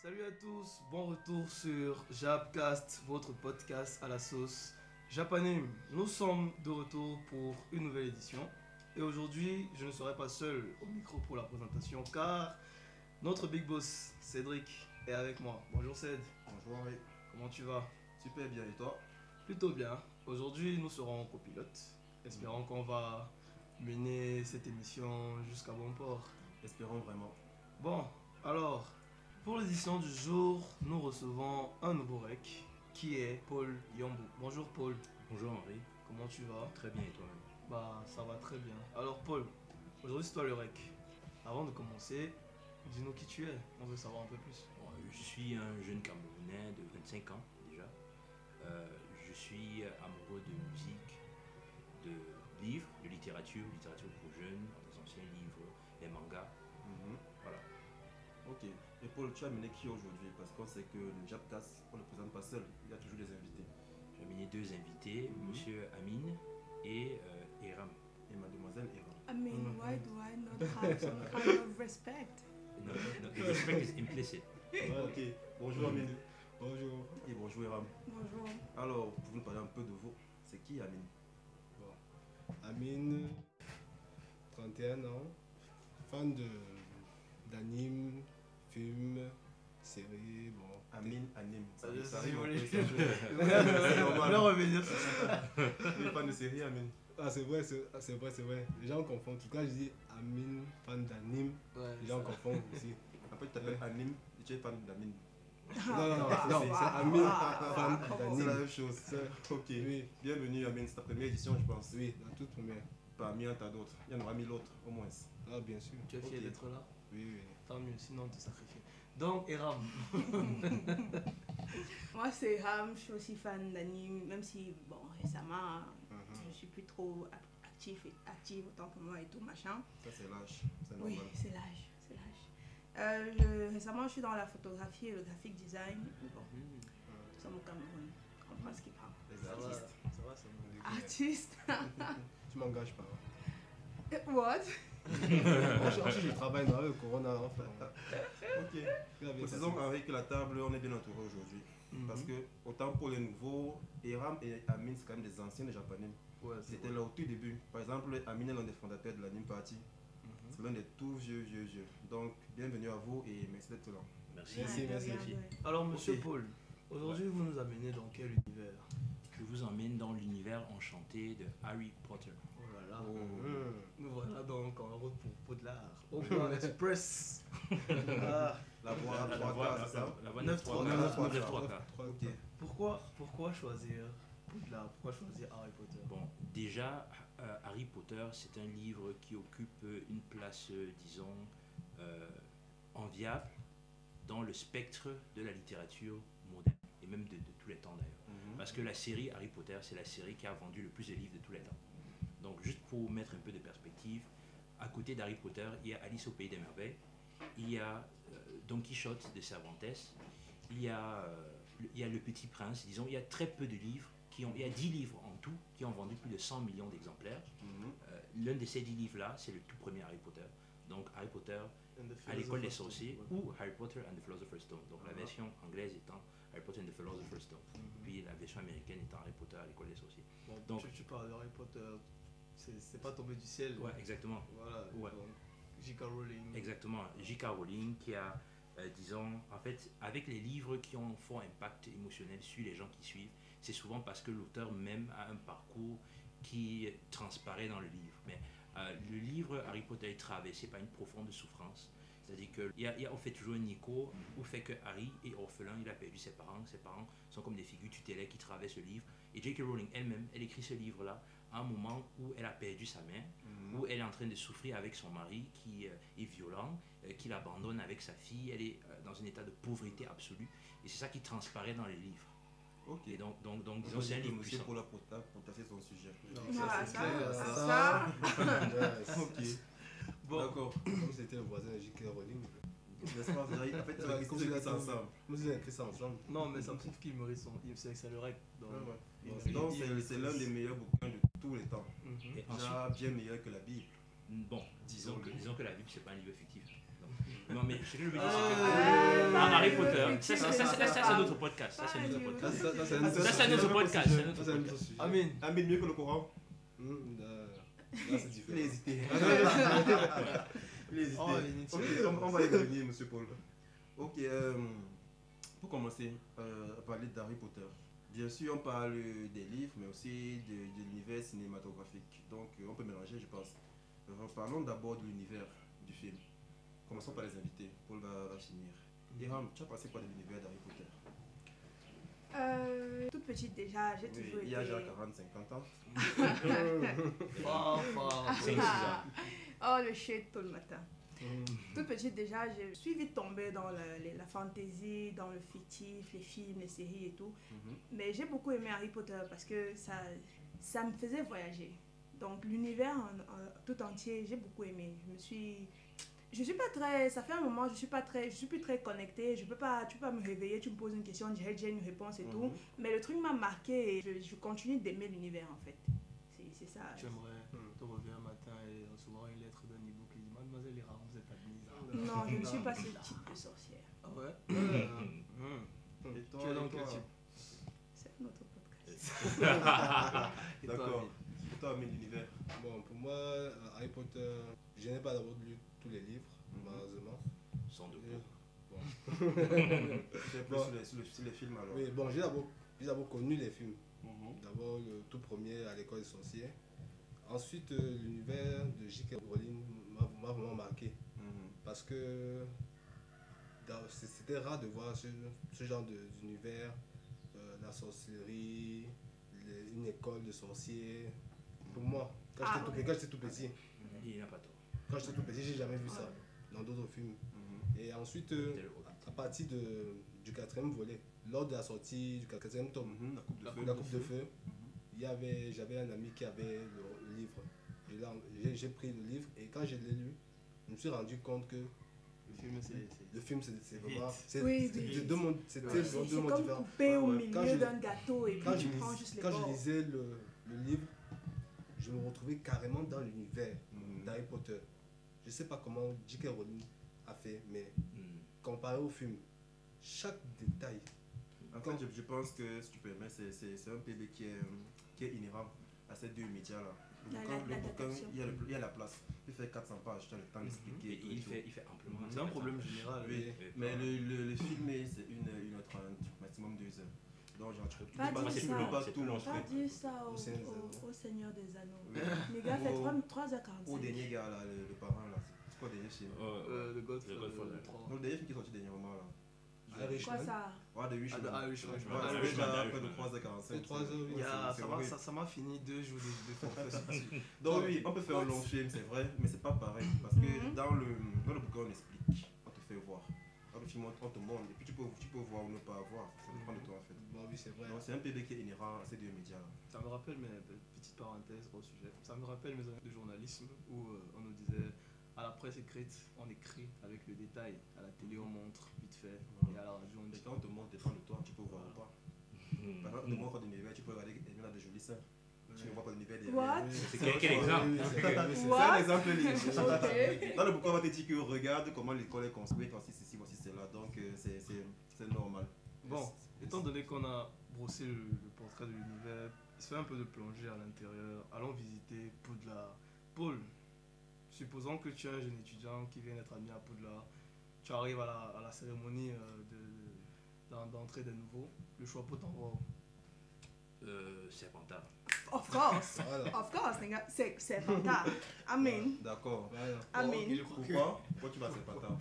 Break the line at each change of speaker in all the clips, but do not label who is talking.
Salut à tous, bon retour sur Japcast, votre podcast à la sauce japanime. Nous sommes de retour pour une nouvelle édition. Et aujourd'hui, je ne serai pas seul au micro pour la présentation car notre big boss, Cédric, est avec moi. Bonjour Céd,
Bonjour Henri,
comment tu vas
super bien et toi
Plutôt bien. Aujourd'hui, nous serons en copilote. Espérons qu'on va mener cette émission jusqu'à bon port.
Espérons vraiment.
Bon, alors, pour l'édition du jour, nous recevons un nouveau rec qui est Paul Yambou. Bonjour Paul,
Bonjour Henri,
comment tu vas
très bien et toi-même
Bah, ça va très bien. Alors, Paul, aujourd'hui c'est toi le rec. Avant de commencer, dis-nous qui tu es, on veut savoir un peu plus.
Bon, euh, Je suis un jeune Camerounais de 25 ans déjà. Euh, je suis amoureux de musique, de livres, de littérature, littérature pour jeunes, des anciens livres, des mangas. Voilà.
Mm-hmm. Ok, et Paul, tu as mené qui aujourd'hui Parce qu'on sait que le Japcast, on ne le présente pas seul, il y a toujours des invités.
J'ai amené deux invités,
Mhm.
Monsieur Amine et euh, Eram.
Et mademoiselle Eva.
I mean,
Mm-hmm.
Mhm.
why do I not have some kind of respect?
No, no, the respect is implicit.
Ah, ok, bonjour Amine.
Bonjour.
Mm-hmm. Et bonjour Eram.
Bonjour.
Alors, pour nous parler un peu de vous, c'est qui Amine
Amine, 31 ans, fan de d'anime, film, série, bon.
Amine, anime.
Ah, je sais,
arrive
vous
un peu,
voulez-
ça
On
arrive.
va revenir sur
Tu es fan de série Amine
Ah c'est vrai, c'est ah, c'est vrai, c'est vrai. Les gens confondent. En tout cas, je dis Amine, fan d'anime, les gens
ça.
confondent aussi.
Après, tu t'appelles Amine et tu es fan d'Amine.
Non, non, non,
Ah,
non,
c'est-
c'est
ah,
Amine,
ah,
fan
ah,
C'est la
d'anime.
même chose. Ok,
Oui,
bienvenue Amine, c'est ta première édition, je pense.
oui, la toute première.
Parmi un tas d'autres. Il y en aura mille autres, au moins.
Ah bien sûr.
Tu es fier
Ok.
d'être là
Oui, oui.
Tant mieux, sinon on te sacrifie. Donc, Eram,
Moi, c'est Ram, je suis aussi fan d'anime, même si, bon, récemment, hein,
Mhm.
je suis plus trop ac- actif et- active autant que moi et tout, machin.
Ah,
Ça, c'est lâche. C'est normal.
Oui, c'est l'âge, c'est l'âge. Euh, le- récemment, je suis dans la photographie et le graphic design. Mais Bon, nous sommes au Cameroun, on prend ce qui prend.
Les
ça va, ça
artistes.
va, ça va.
Artiste,
Tu m'engages pas. hein.
what?
Moi, je- je travaille dans le corona. hein, Enfin,
Ok.
grave,
Précisons Henri que la table, on est bien entouré aujourd'hui.
Mhm.
Parce que autant pour les nouveaux, Eram et Amine, c'est quand même des anciens des Japonais.
Ouais, c'est
C'était
vrai.
là au tout début. Par exemple, Amine est l'un des fondateurs de l'anime party.
Mhm.
C'est l'un des tout vieux, vieux, vieux. Donc, bienvenue à vous et merci d'être là.
Merci.
Merci,
Ouais,
merci.
regarde, ouais.
Alors, monsieur
Ok.
Paul, aujourd'hui vous nous amenez dans quel univers
Je vous emmène dans l'univers enchanté de Harry Potter.
Oh là là,
Oh.
Hmm.
nous voilà donc en route pour Poudlard, au Grand Express. Ah,
La voix à
la, la
trois quarts,
la-
c'est ça
la voix
9
9
trois
3
quarts.
9 3 quarts.
Ok.
pourquoi, pourquoi choisir Poudlard Pourquoi choisir Harry Potter
Bon, déjà, euh, Harry Potter, c'est un livre qui occupe euh, une place, euh, disons, euh, enviable dans le spectre de la littérature moderne, et même de, de tous les temps d'ailleurs.
Mhm.
Parce que la série Harry Potter, c'est la série qui a vendu le plus de livres de tous les temps. Donc, juste pour mettre un peu de perspective, à côté d'Harry Potter, il y a Alice au Pays des Merveilles, il y a euh, Don Quichotte de Cervantes, il y, a, euh, le- il y a Le Petit Prince, disons, il y a très peu de livres, qui ont, il y a 10 livres en tout qui ont vendu plus de 100 millions d'exemplaires.
Mhm.
Euh, L'un de ces 10 livres-là, c'est le tout premier Harry Potter. Donc Harry Potter
And the
à l'école des
Philosopher's Stone,
sorciers
ouais.
ou Harry Potter and the Philosopher's Stone. Donc la
Ah.
version anglaise étant Harry Potter and the Philosopher's Stone, puis la version américaine étant Harry Potter à l'école des sorciers.
Bon,
donc-
tu, tu parles de Harry Potter, c'est c'est pas tombé du ciel.
Ouais, exactement.
Voilà,
Ouais.
donc, J.K. Rowling.
Exactement, J.K. Rowling qui a, euh, disons, en fait, avec les livres qui ont un fort impact émotionnel sur les gens qui suivent, c'est souvent parce que l'auteur même a un parcours qui transparaît dans le livre. Mais euh, le livre Harry Potter est traversé par une profonde souffrance. C'est-à-dire qu'il y a, il y a, on fait toujours un Nico, au fait que Harry est orphelin, il a perdu ses parents, ses parents sont comme des figures tutélaires qui traversent le livre. Et J.K. Rowling elle-même, elle écrit ce livre-là à un moment où elle a perdu sa mère,
Mhm.
où elle est en train de souffrir avec son mari qui euh, est violent, euh, qui l'abandonne avec sa fille, elle est euh, dans un état de pauvreté absolue, et c'est ça qui transparaît dans les livres.
Ok.
Et donc, donc, donc disons,
Moi,
c'est
j'ai
un
dit que
livre
monsieur
puissant.
pour la pota- pour tasser son sujet. Je
Non.
dis que ça,
Ah,
c'est
ça,
clair,
ah,
ça.
ça.
Yes.
Ok.
Bon,
D'accord.
Comme c'était le voisin de J.K. Rowling.
N'est-ce pas, Zahir En fait, tu vas
Ouais,
écouter
considération.
ça ensemble.
Nous avons écrit ça ensemble.
non, mais ça me trouve qu'il mérite son. il- C'est c'est le rec. donc-
Ouais. Donc, c'est c'est l'un des meilleurs bouquins de tous les temps.
Mhm.
Et ensuite-
Déjà bien meilleur que la Bible.
bon, disons que,
Désolé.
disons que la Bible, c'est pas un livre fictif. Donc, non, mais ce que je veux dire, c'est que
Ah,
Ah, Harry Harry Potter.
le
Ça, c'est-
futur,
ça, c'est-
je
ça,
sais
c'est un
pas.
autre podcast. Ça, c'est un autre
Pas
podcast.
Ça, ça, ça, c'est un
Ça, c'est un autre podcast, c'est un autre podcast.
Amine,
Amine, mieux que le Coran.
Hum, euh, Là, c'est
Il a
différent.
hésité. Il a hésité.
Oh, il est
Ok,
inutile.
on, on va y revenir, monsieur Paul. Ok, euh, pour commencer, euh, à parler d'Harry Potter. Bien sûr, on parle des livres, mais aussi de, de l'univers cinématographique. Donc, euh, on peut mélanger, je pense. Euh, parlons d'abord de l'univers du film. Commençons par les invités. Paul va, va finir.
Mm-hmm.
Iram, tu as passé quoi de l'univers d'Harry Potter
Euh, toute petite déjà, j'ai
Oui,
toujours
Il y a
été.
déjà 40-50 ans.
Far,
Ah,
far.
Ah, C'est une saison.
Oh, le shit tout le matin.
Hum.
Toute petite déjà, je suis vite tombée dans la, les- la fantaisie, dans le fictif, les films, les séries et tout.
Mhm.
Mais j'ai beaucoup aimé Harry Potter parce que ça, ça me faisait voyager. Donc l'univers en- en- tout entier, j'ai beaucoup aimé. Je me suis, je suis pas très, ça fait un moment, je suis pas très, je suis plus très connectée. Je peux pas, tu peux pas me réveiller, tu me poses une question, j'ai j'ai une réponse et tout.
Mhm.
Mais le truc m'a marqué et je, je continue d'aimer l'univers en fait. C'est- C'est ça.
J'aimerais
Hmm.
te relever un matin et recevoir une lettre d'un hibou qui dit Mademoiselle Iram, vous êtes
Ah,
admise.
Non, je ne suis pas ce type de sorcière.
Ah ouais Euh, hmm.
Et toi,
Tu es dans
et
quel
toi
type
C'est un autre podcast.
Et toi,
D'accord.
Amine
Et toi, Amine, l'univers
Bon, pour moi, euh, Harry Potter, je n'ai pas d'abord lu tous les livres,
Mhm.
malheureusement.
Sans doute.
Euh,
Tu es plus
Bon.
sur, les, sur les- sur les films alors
Oui, bon, j'ai d'abord- j'ai d'abord connu les films.
Mhm.
D'abord, le tout premier à l'école des sorciers. Ensuite, euh, l'univers de J.K. Rowling m'a- m'a vraiment marqué.
Mhm.
Parce que dans- c- c'était rare de voir ce, ce genre de- d'univers, euh, la sorcellerie, les- une école de sorciers. Pour moi, quand
Ah,
j'étais tout
ouais.
pe- quand j'étais tout, petit,
Il n'a pas tort.
quand j'étais tout petit, j'ai jamais vu ça
Ah,
dans d'autres films.
Mhm.
Et ensuite, euh,
C'était le Hobbit.
à partir de, du quatrième volet, lors de la sortie du quatrième tome,
Mhm, La coupe de
La
feu.
la coupe de feu, il y avait, j'avais un ami qui avait le, le livre. Et là, j'ai- j'ai pris le livre et quand je l'ai lu, je me suis rendu compte que
Le film, c'est. c'est-
le film, c'est c'est vraiment.
Vite.
c'est-
Oui,
c'est-
oui.
c'est deux mondes- C'était
Ouais.
C'est
vraiment
c'est
deux mondes
comme
différents.
coupé au
Ouais, ouais.
Quand
milieu
je-
d'un gâteau et
Quand
puis
je,
tu
lis-
prends juste les
quand je
bords.
lisais le, le livre, je me retrouvais carrément dans l'univers
Mm.
Mhm.
d'Harry Potter. Je sais pas comment J.K. Rowling a fait, mais
Hmm.
comparé au film, chaque détail.
En fait, je, je pense que si tu permets, c'est, c'est, c'est un PB qui est, qui est inhérent à ces deux médias-là. Le
La- la-
bouquin,
la
le bouquin,
captation.
il y, a le- il y a la place. Il fait 400 pages, tu as le temps d'expliquer.
Et
et tout, et
il
tout.
fait, il fait amplement.
C'est un problème général.
Oui.
Et-
Et-
Mais le, le, le film, est- c'est 1 une, heure 30, maximum 2 heures. Donc, genre, tu peux
Pas
pas,
dit
tu
ça.
peux pas
C'est
tout
plus
Pas
montrer.
dire ça au,
Au Seigneur des
au- au Seigneur des Anneaux.
Oui.
Les gars, fait
Au-
3, 3 à 45.
Au dernier gars, là, le, le parent, là, c'est c'est quoi le dernier film
Euh,
Euh, le Godfather.
Le Godfather.
le trois.
Non, Le dernier film qui est sorti dernièrement, là.
Irishman.
Quoi ça
Ouais, The Richman.
Ah, The Irishman.
Ouais,
Ah,
c'est déjà
Irishman,
après de
Irishman.
3h45.
C'est trois heures,
Il y a-
c'est
ça m'a-
horrible.
ça- Ça m'a fini deux jours de, de forfait sur dessus.
Donc
Ah
oui,
oui.
on peut faire un long film, c'est vrai, mais c'est pas pareil. Parce que
Mhm.
dans, le, dans le bouquin, on explique, on te fait voir. Dans le film, on on te montre, et puis tu peux, tu peux voir ou ne pas voir. Ça dépend de toi en fait.
Bon, oui, c'est vrai.
Donc, C'est un PB qui est inhérent à ces deux médias. là.
Ça me rappelle mes petites parenthèses au sujet. Ça me rappelle mes années de journalisme où euh, on nous disait à la presse écrite, on écrit avec le détail. À la télé, on montre vite fait. Et à la radio, on
Et
dit.
quand on te montre, dépend de toi, tu peux voir ou pas.
Hmm.
Par exemple, on te montre l'univers, tu peux regarder, il y en a des jolis seins. Tu ne vois pas l'univers derrière.
What
C'est quel- quel exemple
Oui, oui, c'est- oui, c'est-
C'est
What
un exemple. Lily.
Ok.
Dans le bouquin, on va te dire que regarde comment l'école est construite, voici ceci, voici cela. Donc euh, c'est- c'est c'est normal.
Bon, étant donné qu'on a brossé le, le portrait de l'univers, il se fait un peu de plongée à l'intérieur. Allons visiter Poudlard. Paul, supposons que tu es un jeune étudiant qui vient d'être admis à Poudlard. Tu arrives à la, à la cérémonie euh, de- d'en- d'entrée des nouveaux. Le choix peut t'envoie. où
Euh, Serpentard.
Of course
Voilà.
Of course, les gars, c'est c'est fantastique. Amen.
D'accord.
Voilà.
Amen.
Il croit que-
Pourquoi Pourquoi tu vas à Serpentard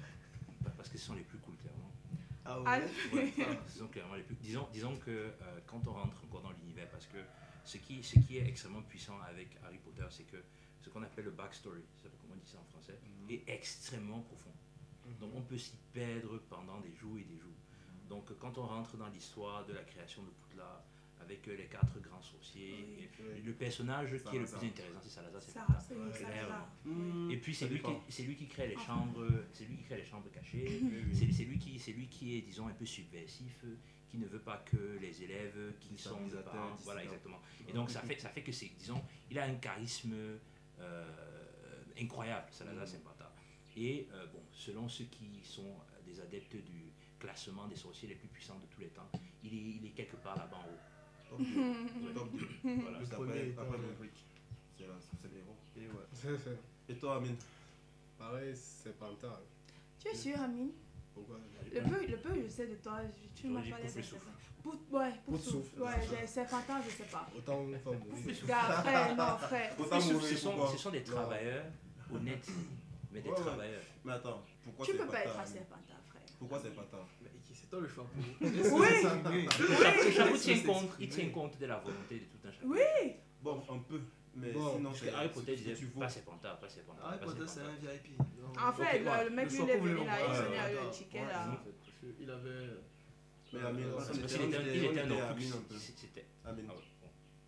Bah, Parce que ce sont les plus cool, clairement.
Ah ouais.
Ah,
Ouais, enfin, disons clairement les plus- disons- disons que euh, quand on rentre encore dans l'univers, parce que ce qui, ce qui est extrêmement puissant avec Harry Potter, c'est que ce qu'on appelle le backstory, c'est comment on dit ça en français,
Mhm.
est extrêmement profond. Donc on peut s'y perdre pendant des jours et des jours. Donc quand on rentre dans l'histoire de la création de Poudlard, avec euh, les quatre grands sorciers,
Oui.
et
Oui.
le personnage qui est le
Salazar.
plus intéressant, c'est Salazar. c'est
Ça,
Poudlard.
c'est une
Clairement.
salsa.
Mm.
Et puis c'est
Ça
lui, qui,
dépend.
c'est lui qui crée les
Ah.
chambres, c'est lui qui crée les chambres cachées.
Oui, oui.
C'est c'est lui qui, c'est lui qui est, disons, un peu subversif, euh, qui ne veut pas que les élèves qui sont de
Déstabilisateur,
parents,
dissident.
voilà, exactement. Et donc ça fait, ça fait que c'est, disons, il a un charisme euh, incroyable, Salazar
Mm.
Sempata. Et euh, bon, selon ceux qui sont des adeptes du, classement des sorciers les plus puissants de tous les temps. Il est, il est quelque part là-bas en haut.
Top 2. Top 2.
Voilà.
Juste
premier
après,
étant
après
le-
le brick. C'est la- c'est les héros.
Et ouais.
Et toi, Amine
Pareil, c'est Panta.
Tu es sûr, Amine
Pourquoi
Le peu, le peu que je sais de toi, je- tu
J'aurais
m'as
dit
parlé
pouf
de
le
ça.
souffle.
Pouf- Ouais, pouf
Pouf
souffle.
souffle,
Ouais,
c'est ça.
j'ai 50 ans, je sais pas.
Autant une femme mauvaise.
Gars, frère, non, frère.
Pourquoi
Ce-
mourir
ce, sont,
Pourquoi
ce sont des travailleurs honnêtes, mais des
Ouais, ouais.
travailleurs.
Mais attends, pourquoi
Tu
c'est
peux pas
ta-
être un serpentin, frère.
Pourquoi c'est pas ta
Mais qui- c'est toi le choix pour
Oui.
Oui
Ce chapeau
Laisse-le
tient compte, il
s'exprimer.
tient compte de la volonté de tout un chacun.
Oui.
Bon, un peu. Mais
Bon,
sinon,
Parce
c'est
que Harry Potter
ce que
disait
tu vaux.
pas serpentard, pas serpentard.
Harry
pas
Potter, Ah, c'est
serpentard.
un VIP. Non.
En fait,
Ok,
le-
ouais.
le mec, lui, il
choix
est
pour
venu
le
là,
voir.
il
Ouais,
sonnait avec
ouais.
le ticket
Ouais,
là.
c'est bon, en fait, parce que Il avait. euh,
Mais Amine,
Ouais,
on
parce
Parce
était-
qu'il était
on
un-
était-
Il
on
était un
était
orcus.
Amine un peu.
C'est- C'était.
Amine,
Ah ouais,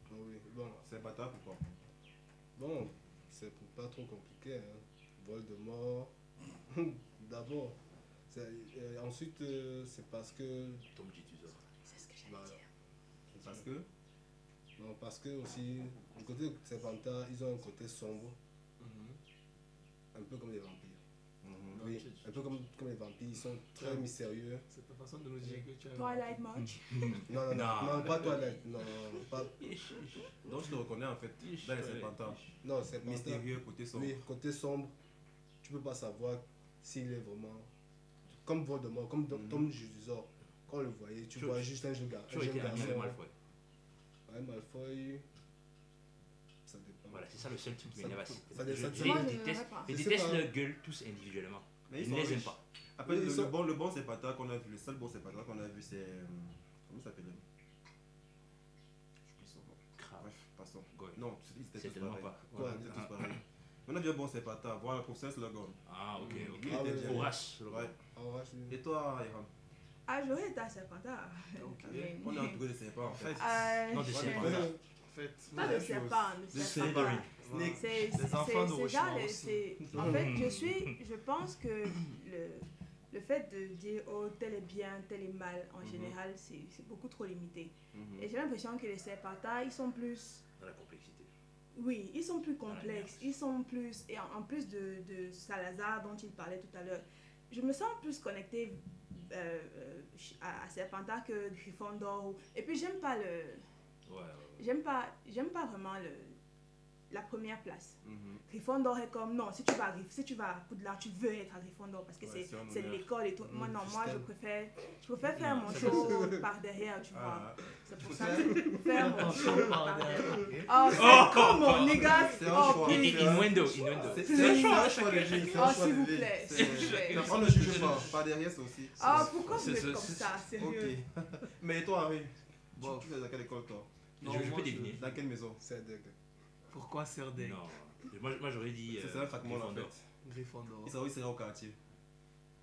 bon.
Oui, bon,
c'est pas ta pourquoi
bon, c'est pas trop compliqué. Hein. Voldemort, d'abord. C'est- euh, ensuite, euh, c'est parce que.
Tom Jituzor.
C'est ce que
bah,
j'allais dire.
Parce que
non, parce que aussi, du côté de Serpentard, ils ont un côté sombre,
mhm.
un peu comme les vampires.
Mhm.
Oui,
tu- tu-
un peu comme, comme les vampires, ils sont très mystérieux.
C'est ta façon de nous dire que tu as.
Twilight March.
Non, non, non,
Non.
non, pas Toilette, non, non, pas.
Donc je te reconnais en fait dans les serpentins.
Non, c'est mystérieux.
Mystérieux côté sombre.
Oui, côté sombre, tu peux pas savoir s'il est vraiment. Comme Voldemort, comme Tom
Mhm.
Tom Jusor, quand on le voyait, tu
Tu-
vois juste un jeune gar-
Tu
un
as
jeune
été
garçon.
ami avec Malfoy.
Ouais, Malfoy, ça dépend.
Voilà, c'est ça le seul truc qui
Ça-
m'énerve.
ça-
c'est-
ça-
je-
ça-
je-
ça-
Moi,
je
je ne
déteste-
l'aurais pas.
Je
Je sais
déteste
pas.
leur gueule tous individuellement.
Mais
Je
ils
ne
sont
les aime
riches.
pas.
Après,
Oui,
le,
ils
le
sont-
bon, le bon c'est pas toi qu'on a vu, le seul bon c'est pas toi qu'on a vu, c'est. euh, Comment ça s'appelle euh, J'oublie son nom.
Grave.
Ah, Bref, passons.
Goy.
Non, ils étaient tous
Certainement
pareils.
pas.
Quoi,
Ouais, ils étaient tous pareils. On a vu un bon c'est pas toi, voir le professeur Slogan.
Ah, ok,
Lui,
ok.
il était
ouais.
bien.
Horace, le
Ouais.
gars.
Ah, ouais, je-
Et toi, Iram
Ah, j'aurais été un serpentin.
Ok.
Mais-
On est entouré de serpents en
En
fait.
fait,
Euh,
Non, des
je-
serpentins.
en fait.
Pas
ouais.
de serpent, de
De
serpent.
Slytherin.
Voilà.
C'est- C'est c'est-
enfants
c'est
d'Hiroshima
genre, le-
aussi.
c'est- En fait, je suis, je pense que le, le fait de dire oh tel est bien, tel est mal, en
Mhm.
général, c'est c'est beaucoup trop limité.
Mhm.
Et j'ai l'impression que les serpentins, ils sont plus,
Dans la complexité.
oui, ils sont plus complexes, ils sont plus, et en, en plus de, de Salazar dont il parlait tout à l'heure, je me sens plus connectée euh, euh, à, à Serpentard que Gryffondor. ou- Et puis j'aime pas le,
Ouais, ouais, ouais.
j'aime pas, j'aime pas vraiment le, la première place.
Mhm.
Gryffondor est comme non, si tu vas à, Gryff- si tu vas à Poudlard, tu veux être à Gryffondor parce que
Ouais,
c'est-
c'est un
c'est
honneur.
l'école et tout.
Mm,
moi, non, moi, je
système.
préfère, je préfère faire
Non,
mon
c'est
show par derrière, tu vois.
Ah,
C'est pour ça que je préfère mon
Oh,
show par
pardon.
derrière.
Ok.
Oh,
Oh,
c'est comme mon nigga,
c'est un
oh,
choix.
Il
please.
dit Innuendo, Innuendo.
c'est-
C'est
ah. C'est un
chaud,
choix, c'est un choix de vie, c'est un choix
Oh, s'il
de
vous
vie.
plaît,
C'est-
s'il vous plaît.
Non, On ne juge pas, pas derrière ça Ah, aussi.
Oh, pourquoi
C'est-
vous êtes
c'est-
comme
c'est-
ça, sérieux
Ok. Mais toi, Harry,
Bon.
tu tu es à quelle école toi
Non,
Je je
moi,
peux deviner.
Dans quelle maison
C'est deg.
Pourquoi Serdeg
Non. Moi, moi, j'aurais dit.
C'est
euh,
ça, fragment en
Gryffondor.
fait.
Gryffondor.
Il savait où c'est au quartier.